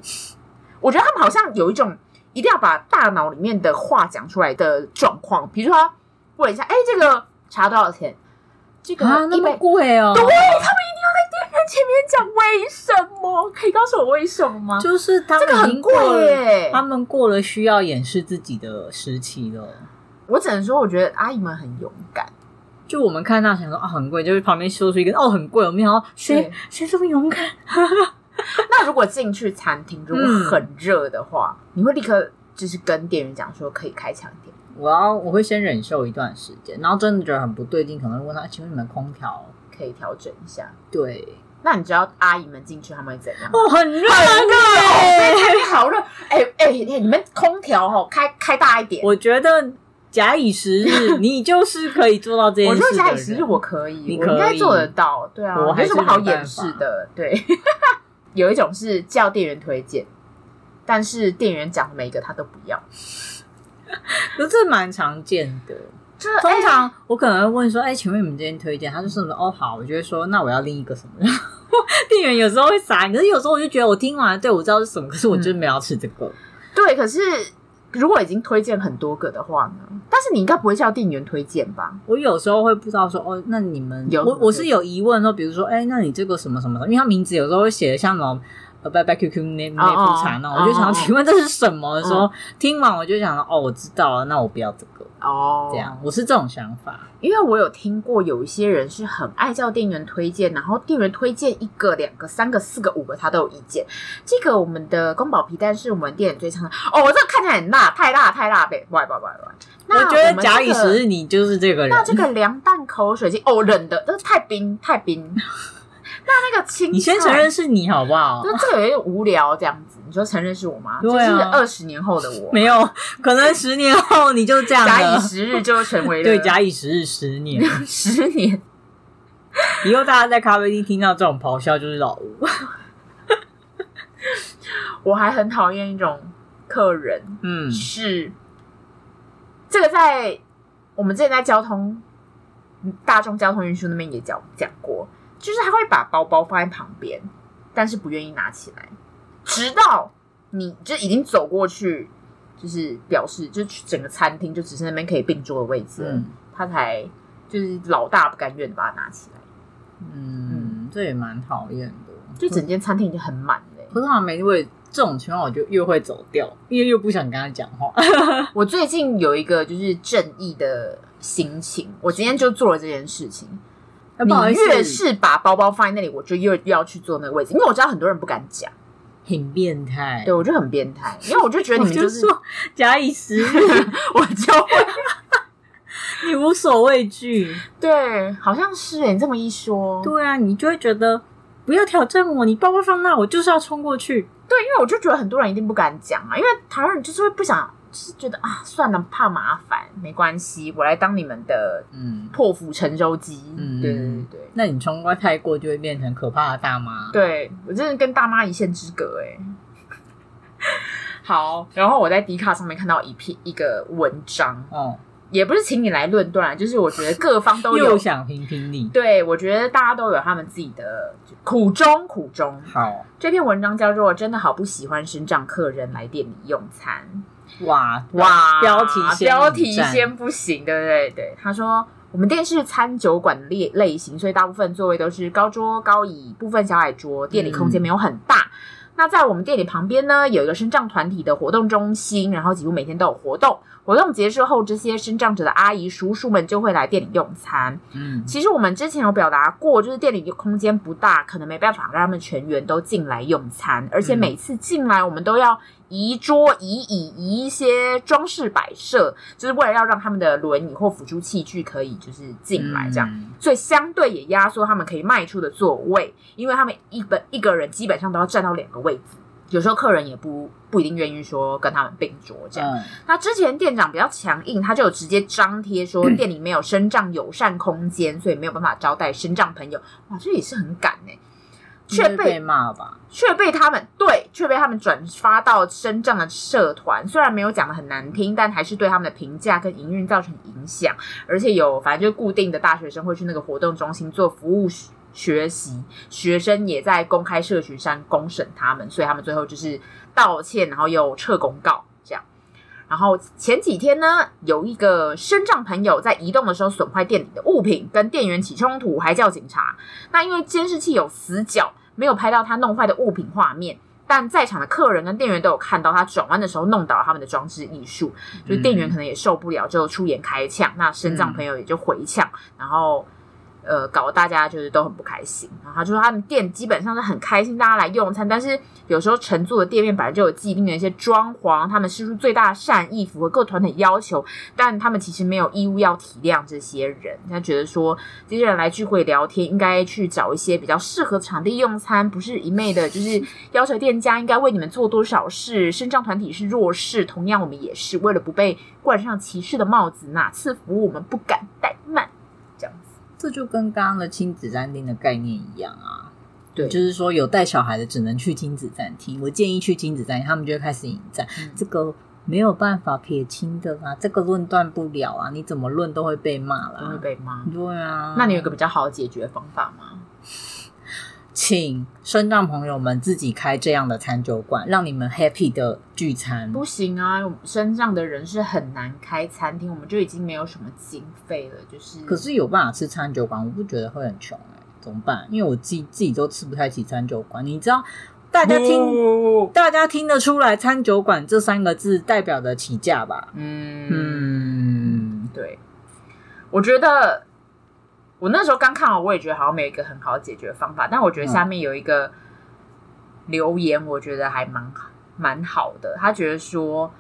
[SPEAKER 1] 我觉得他们好像有一种一定要把大脑里面的话讲出来的状况。比如说他问一下，哎，这个茶多少钱？这个
[SPEAKER 2] 啊，那
[SPEAKER 1] 一杯
[SPEAKER 2] 么贵哦。
[SPEAKER 1] 对啊在店员前面讲为什么？可以告诉我为什么吗？
[SPEAKER 2] 就是他
[SPEAKER 1] 这个
[SPEAKER 2] 们已
[SPEAKER 1] 很
[SPEAKER 2] 经
[SPEAKER 1] 贵
[SPEAKER 2] 过了，
[SPEAKER 1] 耶，
[SPEAKER 2] 他们过了需要掩饰自己的时期了。
[SPEAKER 1] 我只能说，我觉得阿姨们很勇敢。
[SPEAKER 2] 就我们看到想说啊很贵，就是旁边说出一个哦很贵，我们想到谁
[SPEAKER 1] 对
[SPEAKER 2] 谁这么勇敢？
[SPEAKER 1] 那如果进去餐厅，如果
[SPEAKER 2] 嗯
[SPEAKER 1] 很热的话，你会立刻就是跟店员讲说可以开强一点。
[SPEAKER 2] 我要我会先忍受一段时间，然后真的觉得很不对劲，可能会问他，请问你们空调？
[SPEAKER 1] 可以调整一下。
[SPEAKER 2] 对，
[SPEAKER 1] 那你知道阿姨们进去他们会怎样？
[SPEAKER 2] 哦很热，
[SPEAKER 1] 对，餐厅好热，哎哎哎，你们空调哦，开开大一点。
[SPEAKER 2] 我觉得假以时 日，你就是可以做到这件
[SPEAKER 1] 我
[SPEAKER 2] 事
[SPEAKER 1] 就
[SPEAKER 2] 的
[SPEAKER 1] 假以
[SPEAKER 2] 人
[SPEAKER 1] 时日，我可以，
[SPEAKER 2] 你
[SPEAKER 1] 我应
[SPEAKER 2] 可
[SPEAKER 1] 该
[SPEAKER 2] 以
[SPEAKER 1] 做得到。对啊，
[SPEAKER 2] 我还
[SPEAKER 1] 有
[SPEAKER 2] 是
[SPEAKER 1] 什么好
[SPEAKER 2] 没办
[SPEAKER 1] 掩饰的？对， 有一种是叫店员推荐，但是店员讲的每一个他都不要。
[SPEAKER 2] 可是这蛮常见的。
[SPEAKER 1] 就是
[SPEAKER 2] 通
[SPEAKER 1] 哎
[SPEAKER 2] 常我可能会问说：“哎、请问你们今天推荐？”他就说：“哦，好。”我就会说：“那我要另一个什么？”店员有时候会傻，可是有时候我就觉得我听完，对我知道是什么，可是我就是没有要吃这个。
[SPEAKER 1] 对，可是如果已经推荐很多个的话呢？但是你应该不会叫店员推荐吧？
[SPEAKER 2] 我有时候会不知道说：“哦，那你们
[SPEAKER 1] 有
[SPEAKER 2] 我我是有疑问说，比如说，哎、那你这个什么什么什么？因为他名字有时候会写的像什么。呃，拜拜 QQ 那那
[SPEAKER 1] 哦
[SPEAKER 2] 壶茶呢？我就
[SPEAKER 1] 哦
[SPEAKER 2] 想，
[SPEAKER 1] 哦
[SPEAKER 2] 请问这是什么？的时候，听完我就想，哦，我知道了，那我不要这个。
[SPEAKER 1] 哦
[SPEAKER 2] 这样，，我是这种想法。
[SPEAKER 1] 因为我有听过有一些人是很爱叫店员推荐，然后店员推荐一个、两个、三个、四个、五个，他都有意见。这个我们的宫保皮蛋是我们店员最常的哦，我这个看起来很辣，太辣太辣呗，喂喂喂喂。
[SPEAKER 2] 我
[SPEAKER 1] 那
[SPEAKER 2] 觉得
[SPEAKER 1] 们
[SPEAKER 2] 假
[SPEAKER 1] 这
[SPEAKER 2] 以
[SPEAKER 1] 个
[SPEAKER 2] 时日，你就是这个人。
[SPEAKER 1] 那这个凉拌口水鸡哦，冷的，但是太冰太冰。那那个青菜，
[SPEAKER 2] 你先承认是你好不好？
[SPEAKER 1] 就这个有点无聊，这样子，你说承认是我吗？
[SPEAKER 2] 对
[SPEAKER 1] 就是
[SPEAKER 2] 啊
[SPEAKER 1] 二十年后的我，
[SPEAKER 2] 没有，可能十年后你就这样
[SPEAKER 1] 假以
[SPEAKER 2] 了。
[SPEAKER 1] 时日就成 为了
[SPEAKER 2] 对，假以时日十年
[SPEAKER 1] 十年，
[SPEAKER 2] 以后，大家在咖啡厅听到这种咆哮就是老吴。
[SPEAKER 1] 我还很讨厌一种客人
[SPEAKER 2] 嗯，
[SPEAKER 1] 是这个在我们之前在交通大众交通运输那边也讲讲过，就是他会把包包放在旁边，但是不愿意拿起来，直到你就已经走过去，就是表示就整个餐厅就只剩那边可以并桌的位置了，
[SPEAKER 2] 嗯
[SPEAKER 1] 他才就是老大不甘愿的把它拿起来，
[SPEAKER 2] 嗯，这也蛮讨厌的。
[SPEAKER 1] 嗯就整间餐厅已经很满了欸、
[SPEAKER 2] 可是好像没位，这种情况我就越会走掉，因为又不想跟他讲 话。
[SPEAKER 1] 欸我最近有一个就是正义的心情，我今天就做了这件事情。
[SPEAKER 2] 不好意
[SPEAKER 1] 你
[SPEAKER 2] 思，
[SPEAKER 1] 越是把包包放在那里，我就越越要去坐那个位置，因为我知道很多人不敢讲，
[SPEAKER 2] 很变态。
[SPEAKER 1] 对我就很变态， 因为我就觉得
[SPEAKER 2] 我
[SPEAKER 1] 你们，
[SPEAKER 2] 就是说假以时日，
[SPEAKER 1] 我就会
[SPEAKER 2] 你无所畏惧。
[SPEAKER 1] 对，好像是哎，你这么一说，
[SPEAKER 2] 对啊，你就会觉得不要挑战我，你包包放那，我就是要冲过去。
[SPEAKER 1] 对，因为我就觉得很多人一定不敢讲啊，因为台湾人就是会不想，就是觉得啊，算了，怕麻烦，没关系，我来当你们的
[SPEAKER 2] 嗯，
[SPEAKER 1] 破釜沉舟机。
[SPEAKER 2] 嗯
[SPEAKER 1] 对对对
[SPEAKER 2] 那你冲过太过就会变成可怕的大妈。
[SPEAKER 1] 对，对我真的跟大妈一线之隔哎、 好，然后我在迪卡上面看到一篇一个文章，
[SPEAKER 2] 哦，
[SPEAKER 1] 也不是请你来论断啊，就是我觉得各方都 有
[SPEAKER 2] 又，想评评你。
[SPEAKER 1] 对我觉得大家都有他们自己的苦衷，苦衷。
[SPEAKER 2] 好
[SPEAKER 1] 这篇文章叫做“真的好不喜欢生长客人来店里用餐”。
[SPEAKER 2] 哇
[SPEAKER 1] 哇，
[SPEAKER 2] 标题先
[SPEAKER 1] 标题
[SPEAKER 2] 引战
[SPEAKER 1] 先不行，对不对？对，他说我们店是餐酒馆的类类型，所以大部分座位都是高桌高椅，部分小矮桌，店里空间没有很大。
[SPEAKER 2] 嗯
[SPEAKER 1] 那在我们店里旁边呢，有一个生障团体的活动中心，然后几乎每天都有活动。活动结束后，这些生障者的阿姨叔叔们就会来店里用餐。
[SPEAKER 2] 嗯
[SPEAKER 1] 其实我们之前有表达过，就是店里的空间不大，可能没办法让他们全员都进来用餐，而且
[SPEAKER 2] 嗯
[SPEAKER 1] 每次进来我们都要移桌、移椅、移一些装饰摆设，就是为了要让他们的轮椅或辅助器具可以就是进来这样。
[SPEAKER 2] 嗯
[SPEAKER 1] 所以相对也压缩他们可以卖出的座位，因为他们一本一个人基本上都要占到两个位置，有时候客人也不不一定愿意说跟他们并桌这样。
[SPEAKER 2] 嗯
[SPEAKER 1] 那之前店长比较强硬，他就有直接张贴说店里没有生障友善空间，所以没有办法招待生障朋友。哇，这也是很敢呢、却
[SPEAKER 2] 你会嗯
[SPEAKER 1] 被
[SPEAKER 2] 被骂吧？
[SPEAKER 1] 却被他们对，却被他们转发到深圳的社团。虽然没有讲的很难听，但还是对他们的评价跟营运造成影响。而且有反正就固定的大学生会去那个活动中心做服务学学习，学生也在公开社群上公审他们，所以他们最后就是道歉，然后又撤公告这样。然后前几天呢，有一个身障朋友在移动的时候损坏店里的物品，跟店员起冲突，还叫警察。那因为监视器有死角，没有拍到他弄坏的物品画面，但在场的客人跟店员都有看到他转弯的时候弄倒了他们的装置艺术，就是店员可能也受不了，就出言开呛，那身障朋友也就回呛，然后。呃，搞得大家就是都很不开心。然后他就说，他们店基本上是很开心大家来用餐，但是有时候乘坐的店面本来就有既定的一些装潢，他们施出最大的善意，符合各团体要求，但他们其实没有义务要体谅这些人。他觉得说，这些人来聚会聊天，应该去找一些比较适合场地用餐，不是一昧的，就是要求店家应该为你们做多少事。身障团体是弱势，同样我们也是，为了不被冠上歧视的帽子，哪次服务我们不敢怠慢，这样子。
[SPEAKER 2] 这就跟刚刚的亲子餐厅的概念一样啊。
[SPEAKER 1] 对
[SPEAKER 2] 就是说有带小孩的只能去亲子餐厅。我建议去亲子餐厅，他们就会开始引战。
[SPEAKER 1] 嗯
[SPEAKER 2] 这个没有办法撇清的啦，这个论断不了啊，你怎么论都会被骂
[SPEAKER 1] 不会
[SPEAKER 2] 啦。
[SPEAKER 1] 被骂。
[SPEAKER 2] 对啊，
[SPEAKER 1] 那你有一个比较好的解决方法吗？
[SPEAKER 2] 请身障朋友们自己开这样的餐酒馆，让你们 happy 的聚餐。
[SPEAKER 1] 不行啊，我们身上的人是很难开餐厅，我们就已经没有什么经费了，就是
[SPEAKER 2] 可是有办法吃餐酒馆，我不觉得会很穷哎、怎么办？因为我自己自己都吃不太起餐酒馆，你知道，大家听。
[SPEAKER 1] 不
[SPEAKER 2] 大家听得出来“餐酒馆”这三个字代表的起价吧？
[SPEAKER 1] 嗯
[SPEAKER 2] 嗯，
[SPEAKER 1] 对，我觉得我那时候刚看完，我也觉得好像没有一个很好的解决方法，但我觉
[SPEAKER 2] 嗯
[SPEAKER 1] 得下面有一个留言，我觉得还蛮蛮好的。他觉得说，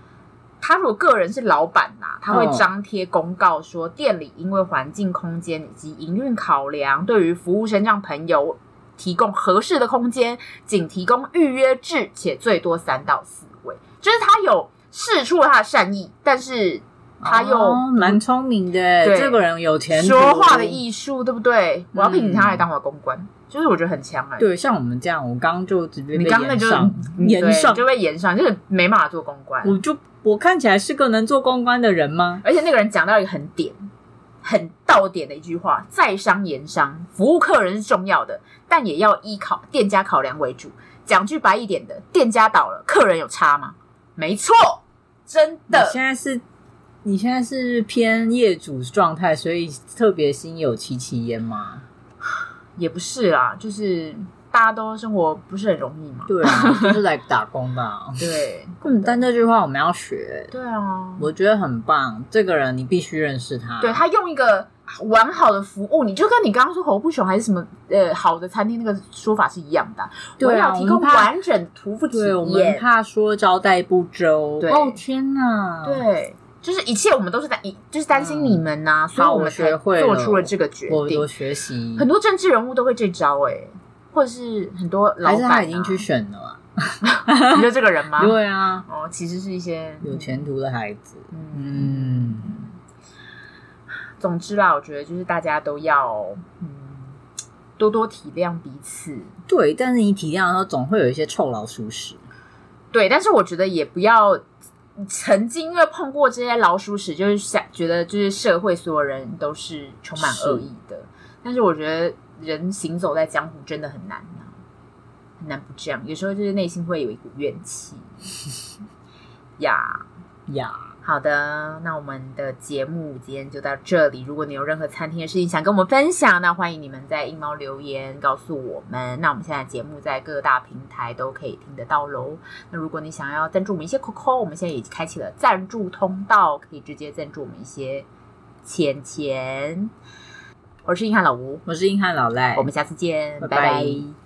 [SPEAKER 1] 他如果个人是老板呐、他会
[SPEAKER 2] 嗯
[SPEAKER 1] 张贴公告说，店里因为环境、空间以及营运考量，对于服务身障朋友。提供合适的空间，仅提供预约制，且最多三到四位。就是他有试出了他的善意，但是他又
[SPEAKER 2] 哦蛮聪明的，
[SPEAKER 1] 对
[SPEAKER 2] 这个人有钱，
[SPEAKER 1] 说话的。艺术，对不对？我要聘请他来当我的公关，就是我觉得很强哎、
[SPEAKER 2] 嗯对，像我们这样，我刚刚就直接被
[SPEAKER 1] 你刚刚那
[SPEAKER 2] 延
[SPEAKER 1] 就
[SPEAKER 2] 上，
[SPEAKER 1] 嗯对
[SPEAKER 2] 延上
[SPEAKER 1] 就，被延上，就是没办法做公关。
[SPEAKER 2] 我就我看起来是个能做公关的人吗？
[SPEAKER 1] 而且那个人讲到一个很点、很到点的一句话：在商言商，服务客人是重要的，但也要依考店家考量为主。讲句白一点的，店家倒了，客人有差吗？没错，真
[SPEAKER 2] 你
[SPEAKER 1] 的。
[SPEAKER 2] 现在是，你现在是偏业主状态，所以特别心有戚戚焉吗？
[SPEAKER 1] 啊也不是啦，就是大家都生活不是很容易嘛。
[SPEAKER 2] 对 啊，就是来打工吧。
[SPEAKER 1] 对，
[SPEAKER 2] 嗯，但这句话我们要学，
[SPEAKER 1] 对啊，
[SPEAKER 2] 我觉得很棒。这个人你必须认识他。
[SPEAKER 1] 对他用一个完好的服务，你就跟你刚刚说侯不熊还是什么呃好的餐厅那个说法是一样的。
[SPEAKER 2] 对啊
[SPEAKER 1] 我要提供
[SPEAKER 2] 我们怕
[SPEAKER 1] 完整屠夫体
[SPEAKER 2] 对，我们
[SPEAKER 1] 验。
[SPEAKER 2] 怕说招待不周。
[SPEAKER 1] 对
[SPEAKER 2] 哦天哪！，
[SPEAKER 1] 对，就是一切我们都是担，就是担心你们呐、所以
[SPEAKER 2] 好
[SPEAKER 1] 我们才
[SPEAKER 2] 嗯我学会了
[SPEAKER 1] 做出了这个决
[SPEAKER 2] 我我
[SPEAKER 1] 定。
[SPEAKER 2] 学习，
[SPEAKER 1] 很多政治人物都会这招哎、或者是很多老
[SPEAKER 2] 还
[SPEAKER 1] 板、
[SPEAKER 2] 是
[SPEAKER 1] 啊、
[SPEAKER 2] 他已经去选了啊。
[SPEAKER 1] 你说这个人吗？
[SPEAKER 2] 对啊，
[SPEAKER 1] 哦，其实是一些
[SPEAKER 2] 有。前途的孩子。
[SPEAKER 1] 嗯，
[SPEAKER 2] 嗯，
[SPEAKER 1] 总之啦，我觉得就是大家都要嗯多多体谅彼此。
[SPEAKER 2] 对，但是你体谅的时候，总会有一些臭老鼠屎。
[SPEAKER 1] 对，但是我觉得也不要曾经因为碰过这些老鼠屎，就是想觉得就是社会所有人都是充满恶意的。但是我觉得人行走在江湖真的很难啊，很难不这样。有时候就是内心会有一股怨气呀。
[SPEAKER 2] 呀，
[SPEAKER 1] 好的，那我们的节目今天就到这里。如果你有任何餐厅的事情想跟我们分享，那欢迎你们在硬猫留言告诉我们。那我们现在节目在各大平台都可以听得到喽。那如果你想要赞助我们一些 COCO，我们现在也开启了赞助通道，可以直接赞助我们一些钱钱。我是硬汉老吴，
[SPEAKER 2] 我是硬汉老赖，
[SPEAKER 1] 我们下次见，
[SPEAKER 2] 拜
[SPEAKER 1] 拜
[SPEAKER 2] 拜
[SPEAKER 1] 拜